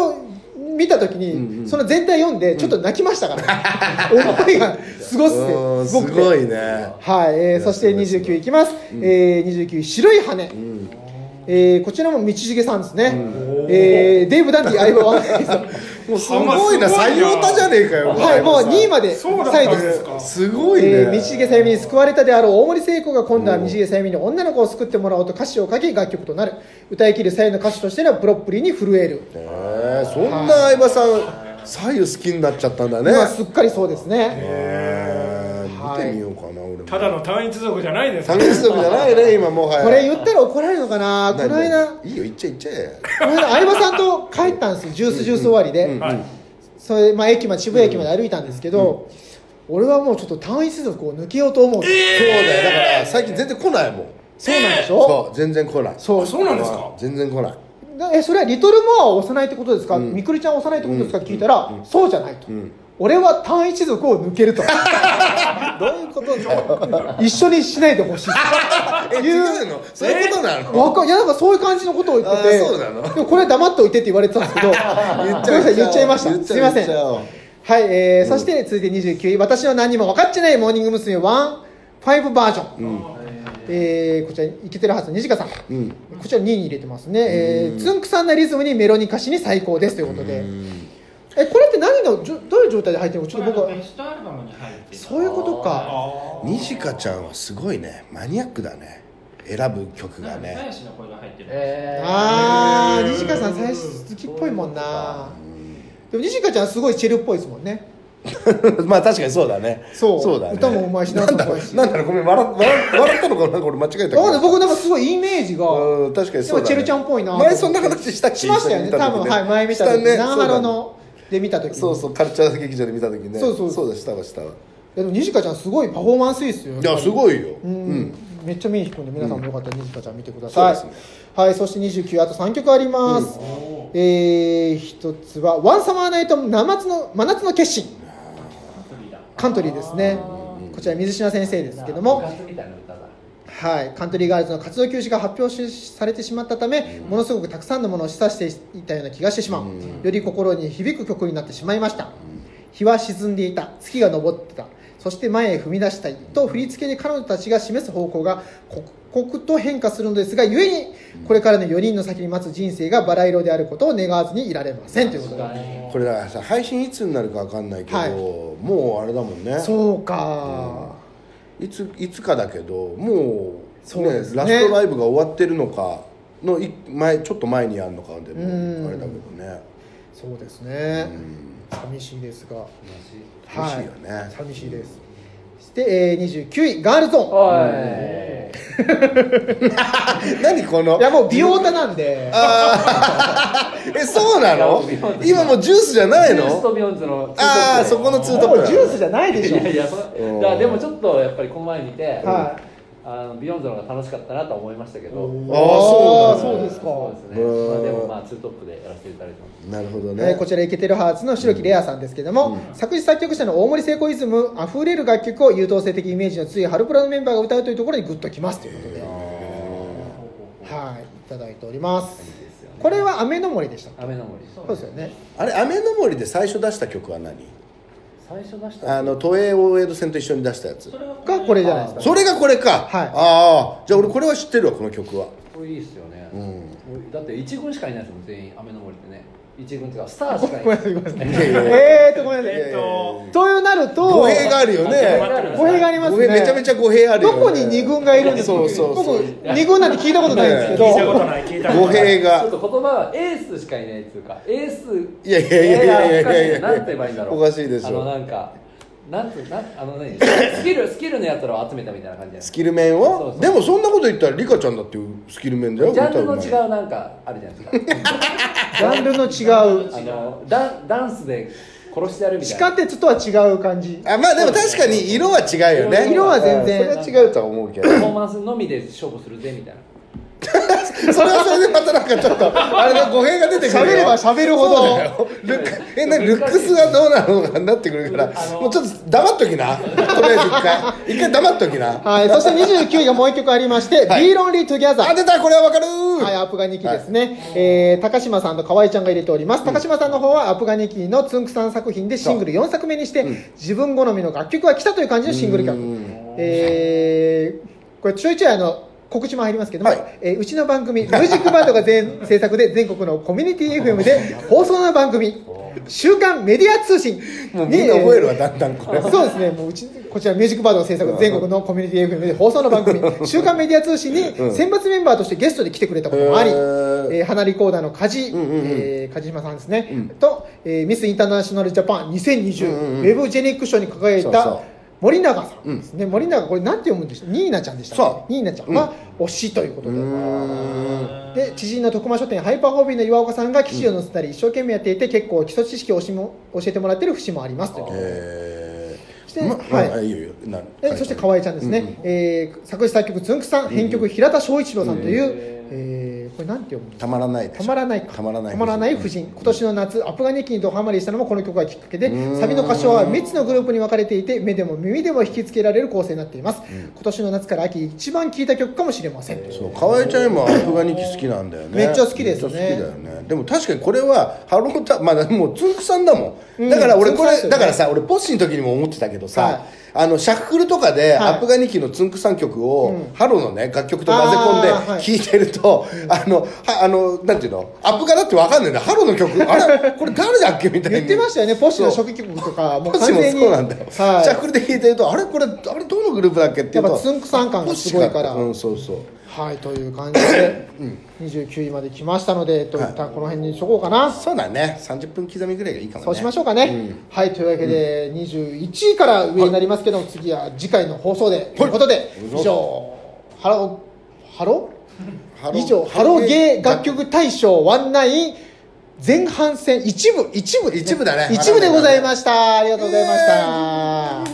[SPEAKER 1] 見た時に、その全体読んでちょっと泣きましたから、 思いがすごっすね
[SPEAKER 3] うんす
[SPEAKER 1] 僕ね
[SPEAKER 3] ごいね
[SPEAKER 1] はい、えー、そして29いきます、えー、29白い羽、えー、こちらも道重さんですね、えー、デイブ・ダンディ相棒
[SPEAKER 3] もうすごいな採用たじゃねえかよ
[SPEAKER 1] はいもう2位まで
[SPEAKER 6] そうだっ
[SPEAKER 1] サイ
[SPEAKER 6] た
[SPEAKER 1] で
[SPEAKER 6] んです
[SPEAKER 1] す
[SPEAKER 6] か
[SPEAKER 3] すごいね、
[SPEAKER 1] えー、道重さゆみに救われたであろう大森聖子が今度は道重さゆみに女の子を救ってもらおうと歌詞を書き楽曲となる歌い切るさゆの歌手としてのプロップリに震える、
[SPEAKER 3] えーそんな相葉さん左右好きになっちゃったんだね、
[SPEAKER 1] 今すっかりそうですね
[SPEAKER 3] えー見てみようかな、俺も
[SPEAKER 6] ただの単一族じゃないです
[SPEAKER 3] 三月族じゃないね今もはや
[SPEAKER 1] これ言ったら怒られるのかなこの間こ
[SPEAKER 3] いいよ言っちゃいっちゃえ
[SPEAKER 1] の間相葉さんと帰ったんですよジュースジュース終わりで、
[SPEAKER 6] はい
[SPEAKER 1] それまあ、駅まで渋谷駅まで歩いたんですけど、俺はもうちょっと単一族を抜けようと思う、
[SPEAKER 3] そうだよだから最近全然来ないもん
[SPEAKER 1] そうなんでしょ、
[SPEAKER 3] そう全然来ない
[SPEAKER 1] そう
[SPEAKER 6] そうなんですか
[SPEAKER 3] 全然来ない
[SPEAKER 1] だえそれはリトルモアは幼いってことですか、みくりちゃんは幼いってことですか、聞いたら、そうじゃないと、俺は単一族を抜け ると
[SPEAKER 3] どういうことだよ
[SPEAKER 1] 一緒にしないでほしい
[SPEAKER 3] え違うのそういうことなの
[SPEAKER 1] わかいやなんかそういう感じのことを言ってて
[SPEAKER 3] あーそうなの
[SPEAKER 1] でもこれは黙っておいてって言われてたんですけど
[SPEAKER 3] 言っ
[SPEAKER 1] ごめんな さい言っちゃいました
[SPEAKER 3] 言っちゃ
[SPEAKER 1] すいません
[SPEAKER 3] 言っちゃおう
[SPEAKER 1] はい、えーそして続いて29位私は何にも分かってないモーニング娘。ワンファイブバージョン、えーこちらいけてるはずにじかさん、
[SPEAKER 3] うん
[SPEAKER 1] こちら2位に入れてますね、えーつんくさんなリズムにメロニカシに最高ですということで、えこれって何のじょどういう状態で入ってるのかちょっと僕
[SPEAKER 4] これ
[SPEAKER 1] は
[SPEAKER 4] ベストアルバムに入ってる
[SPEAKER 1] そういうことか
[SPEAKER 3] にしかちゃんはすごいねマニアックだね選ぶ曲が
[SPEAKER 4] なんか鞘
[SPEAKER 3] ね
[SPEAKER 4] 師の声が入ってる
[SPEAKER 5] ー、え
[SPEAKER 1] あーにじかさん最初好きっぽいもんなでもにじかちゃんすごいチェルっぽいですもんね
[SPEAKER 5] ー、
[SPEAKER 3] まあ確かにそうだね
[SPEAKER 1] そう
[SPEAKER 3] そうだね
[SPEAKER 1] 歌もうまいし
[SPEAKER 3] なん
[SPEAKER 1] ダ
[SPEAKER 3] だ
[SPEAKER 1] ン
[SPEAKER 3] ろ
[SPEAKER 1] ス
[SPEAKER 3] う
[SPEAKER 1] もうまいし
[SPEAKER 3] なんだろうごめん笑笑笑ったのかななんか俺間違えた
[SPEAKER 1] あ僕なんかすごいイメージが
[SPEAKER 3] うん確かにそう
[SPEAKER 1] でも
[SPEAKER 3] だ、ね、
[SPEAKER 1] チェルちゃんっぽいな
[SPEAKER 3] 前そんな話したっけ
[SPEAKER 1] しましたよね
[SPEAKER 3] 一緒に見
[SPEAKER 1] 多
[SPEAKER 3] た時
[SPEAKER 1] 分はい前見た時
[SPEAKER 3] したね
[SPEAKER 1] 長原ので見た時
[SPEAKER 3] そうだねそうそうカルチャー劇場で見た時ね
[SPEAKER 1] そうそう
[SPEAKER 3] そうだしたわしたわい
[SPEAKER 1] いやでもにじかちゃんすごいパフォーマンスいいですよ
[SPEAKER 3] やすごいよう、
[SPEAKER 1] うんんめっちゃ目引くんで皆さんもよかったらにじかちゃん見てください、
[SPEAKER 3] そうです
[SPEAKER 1] はいそして29あと3曲あります、えー、一つは「ワンサマーナイト真夏の真夏の決心」カントリーですねこちら水島先生ですけども、
[SPEAKER 5] 部活みたいな歌だ
[SPEAKER 1] はい、カントリーガールズの活動休止が発表しされてしまったため、ものすごくたくさんのものを示唆していたような気がしてしまう、より心に響く曲になってしまいました、日は沈んでいた月が昇ってたそして前へ踏み出したいと振り付けで彼女たちが示す方向が刻々と変化するのですが故にこれからの4人の先に待つ人生がバラ色であることを願わずにいられませんということで
[SPEAKER 3] これだからさ配信いつになるかわかんないけど、
[SPEAKER 1] はい
[SPEAKER 3] もうあれだもんね
[SPEAKER 1] そうか、
[SPEAKER 3] いついつかだけどもう、
[SPEAKER 1] そうですね
[SPEAKER 3] ラストライブが終わってるのかのい前ちょっと前にやるのかで
[SPEAKER 1] う
[SPEAKER 3] も
[SPEAKER 1] ん
[SPEAKER 3] あれだけどね
[SPEAKER 1] そうですね、
[SPEAKER 3] うん
[SPEAKER 1] 寂しいですが
[SPEAKER 3] 寂しいよね
[SPEAKER 1] はい、寂しいですそして、えー、29位ガールゾーン
[SPEAKER 5] おい
[SPEAKER 3] 何この
[SPEAKER 1] いやもう美容家なんで
[SPEAKER 3] えそうなの今もうジュースじゃない
[SPEAKER 5] ジュースと
[SPEAKER 3] の
[SPEAKER 5] ビヨンズの
[SPEAKER 3] ああそこのツート
[SPEAKER 1] もう
[SPEAKER 3] ップ
[SPEAKER 1] ジュースじゃないで
[SPEAKER 5] い
[SPEAKER 1] しょ
[SPEAKER 5] やいやそ
[SPEAKER 3] うん
[SPEAKER 5] だからでもちょっとやっぱりこの前見て、
[SPEAKER 1] はい
[SPEAKER 5] あのビヨンズの方が楽しかったなとは思いましたけど
[SPEAKER 3] ああ
[SPEAKER 1] そ
[SPEAKER 3] そうう
[SPEAKER 1] で
[SPEAKER 3] です
[SPEAKER 1] か
[SPEAKER 5] そうですね、
[SPEAKER 3] うん
[SPEAKER 5] まあ、でもまあツートップでやらせていただいてます
[SPEAKER 3] なるほど
[SPEAKER 1] え
[SPEAKER 3] ね
[SPEAKER 1] ーこちらイケてるハーツの白木レアさんですけども、作詞作曲者の大森聖子イズムあふれる楽曲を優等生的イメージの強いハルプラのメンバーが歌うというところにグッときますということで、はいいただいておりますこれは雨の森でした
[SPEAKER 5] 雨の森
[SPEAKER 1] そうですよね
[SPEAKER 3] あれ雨の森で最初出した曲は何
[SPEAKER 5] 最初出した
[SPEAKER 3] あの都営大江戸線と一緒に出したやつ
[SPEAKER 1] がこれじゃないですか
[SPEAKER 3] それがこれか、
[SPEAKER 1] はい
[SPEAKER 3] ああじゃあ俺これは知ってるわこの曲は
[SPEAKER 5] これいいっすよね、
[SPEAKER 3] うん
[SPEAKER 5] だって一軍しかいないですもん全員雨の森ってね一軍っていうかスターしかい
[SPEAKER 1] ご
[SPEAKER 5] な
[SPEAKER 1] めん
[SPEAKER 5] い
[SPEAKER 1] なさいごめんなさい
[SPEAKER 3] いやいやいや
[SPEAKER 1] えーっとごめんなさい
[SPEAKER 6] えっと
[SPEAKER 1] となると
[SPEAKER 3] 語弊があるよね
[SPEAKER 1] 語弊があります
[SPEAKER 3] 語
[SPEAKER 1] ね
[SPEAKER 3] 弊めちゃめちゃ語弊あるよ
[SPEAKER 1] ど
[SPEAKER 3] ね
[SPEAKER 1] こに二軍がいるんですか
[SPEAKER 3] そうそうそう
[SPEAKER 1] 僕二軍なんて聞いたことないんですけど
[SPEAKER 6] 聞いたことない聞いたこと
[SPEAKER 3] 語
[SPEAKER 6] ない
[SPEAKER 3] 弊
[SPEAKER 5] ちょっ
[SPEAKER 3] が
[SPEAKER 5] と言葉はエースしかいないっていうかエース
[SPEAKER 3] いやいやいやいやいやいや
[SPEAKER 5] えーなんて言えばいいんだろう
[SPEAKER 3] おかしいでしょ
[SPEAKER 5] あのなんかなんつなんあの何スキルスキルのやつらを集めたみたいな感じじゃない
[SPEAKER 3] スキル面を
[SPEAKER 5] そうそう
[SPEAKER 3] でもそんなこと言ったらリカちゃんだっていうスキル面だよ
[SPEAKER 5] ジャンルの
[SPEAKER 3] 歌
[SPEAKER 5] 違
[SPEAKER 3] うまいう
[SPEAKER 5] なんかあるじゃないですか
[SPEAKER 1] ジャンルの違う
[SPEAKER 5] あのダンダンスで殺してやるみた
[SPEAKER 1] 地
[SPEAKER 5] いな
[SPEAKER 1] 下鉄とは違う感じ
[SPEAKER 3] あまあでも確かに色は違うよね
[SPEAKER 1] 色は全然
[SPEAKER 3] うんそれは違うとは思うけど
[SPEAKER 5] パフォーマンスのみで勝負するぜみたいな
[SPEAKER 3] それはそれでまたなんかちょっとあれの語弊が出てくる
[SPEAKER 1] 喋
[SPEAKER 3] よ
[SPEAKER 1] れば喋るほど
[SPEAKER 3] そうだよルックえなルックスがどうなのかになってくるからもうちょっと黙っときなとりあえず一回一回黙っときな
[SPEAKER 1] はい、そして29位がもう一曲ありまして、
[SPEAKER 3] はい
[SPEAKER 1] ビーロンリートゥギャザ
[SPEAKER 3] あ
[SPEAKER 1] ー。
[SPEAKER 3] 出たこれはわかる
[SPEAKER 1] はい、アプガニキですね、えー高島さんと河合ちゃんが入れております、高島さんの方はアプガニキのつんくさん作品でシングル4作目にして、自分好みの楽曲が来たという感じのシングル曲
[SPEAKER 3] うん、
[SPEAKER 1] えーこれちょいちょいあの告知も入りますけども、
[SPEAKER 3] はい
[SPEAKER 1] えーうちの番組「ミュージックバード」が全制作で全国のコミュニティ FM で放送の番組「週刊メディア通信」
[SPEAKER 3] もうみんな覚える
[SPEAKER 1] わ
[SPEAKER 3] わだんだんこれ
[SPEAKER 1] そうですね、もううちこちらミュージックバードの制作全国のコミュニティ FM で放送の番組 「週刊メディア通信」に
[SPEAKER 3] ん
[SPEAKER 1] 選抜メンバーとしてゲストで来てくれたこともあり、
[SPEAKER 3] へ
[SPEAKER 1] え
[SPEAKER 3] ー
[SPEAKER 1] ー花リコーダーの梶、
[SPEAKER 3] んうんうん
[SPEAKER 1] えー梶島さんですね、
[SPEAKER 3] うん
[SPEAKER 1] と、えーミスインターナショナルジャパン2020、
[SPEAKER 3] うんうんうん
[SPEAKER 1] ウェブジェネック賞に輝い
[SPEAKER 3] そうそ
[SPEAKER 1] た
[SPEAKER 3] う
[SPEAKER 1] 森永さんですね、森永これなんて読むんでしょうニーナちゃんでしたっ
[SPEAKER 3] そ
[SPEAKER 1] けニーナちゃんは推しということで、
[SPEAKER 3] うん
[SPEAKER 1] で知人の徳間書店ハイパーホービーの岩岡さんが記事を載せたり一生懸命やっていて結構基礎知識を教えも教えてもらってる節もありますということで
[SPEAKER 3] え
[SPEAKER 1] そして
[SPEAKER 3] ーま
[SPEAKER 1] はい
[SPEAKER 3] まあいいよいいよな
[SPEAKER 1] えそして河合ちゃんですね、えー作詞作曲つんくさん編曲平田正一郎さんという、えーこれなんて読むんですか
[SPEAKER 3] たまらないでしょ
[SPEAKER 1] たまらないか
[SPEAKER 3] たまらない
[SPEAKER 1] たまらない夫人今年の夏アフガニキにドハマりしたのもこの曲がきっかけでサビの歌唱は3つのグループに分かれていて目でも耳でも引きつけられる構成になっています、今年の夏から秋一番聴いた曲かもしれません、
[SPEAKER 3] そう河合ちゃん今アフガニキ好きなんだよね
[SPEAKER 1] めっちゃ好きですね
[SPEAKER 3] めっちゃ好きだよねでも確かにこれはハロータまあもうつんくさんだもん、だから俺こ
[SPEAKER 1] つんくさんですよ
[SPEAKER 3] れ、
[SPEAKER 1] ね
[SPEAKER 3] だからさ俺ポッシーの時にも思ってたけどさ、
[SPEAKER 1] はい
[SPEAKER 3] あのシャッフルとかで
[SPEAKER 1] はい
[SPEAKER 3] アフガニキのつんくさん曲を、
[SPEAKER 1] うん
[SPEAKER 3] ハローのね楽曲と混ぜ
[SPEAKER 1] あー
[SPEAKER 3] 込
[SPEAKER 1] はい
[SPEAKER 3] んで聴いてるとあ,、のはあのなんていうのアフガだってわかんないんだハローの曲あれこれ誰だっけみたいな
[SPEAKER 1] 言ってましたよねポッシュの初期曲とかも
[SPEAKER 3] ポ
[SPEAKER 1] う
[SPEAKER 3] ッシ
[SPEAKER 1] 完
[SPEAKER 3] ーも
[SPEAKER 1] 全に
[SPEAKER 3] そうなんだよ、
[SPEAKER 1] はい
[SPEAKER 3] シャッフルで聴いてるとあれこれあれどのグループだっけっていうと
[SPEAKER 1] やっぱつんくさん感がすごいから
[SPEAKER 3] ポッシーうんそうそう
[SPEAKER 1] はいという感じで、29位まで来ましたので、えっと、一
[SPEAKER 3] はい
[SPEAKER 1] 旦この辺にしとこうかな。
[SPEAKER 3] そうだね30分刻みぐらいがいいかもね
[SPEAKER 1] そうしましょうかね。
[SPEAKER 3] うん
[SPEAKER 1] はい、というわけで、21位から上になりますけども、次は次回の放送で、ということで、以上、ハロー、ハロ
[SPEAKER 3] ハロ
[SPEAKER 1] 以上、ハローゲー楽曲大賞ワンナイン前半戦一部、一部ですね、
[SPEAKER 3] 一部だね
[SPEAKER 1] 一部でございました。ありがとうございました。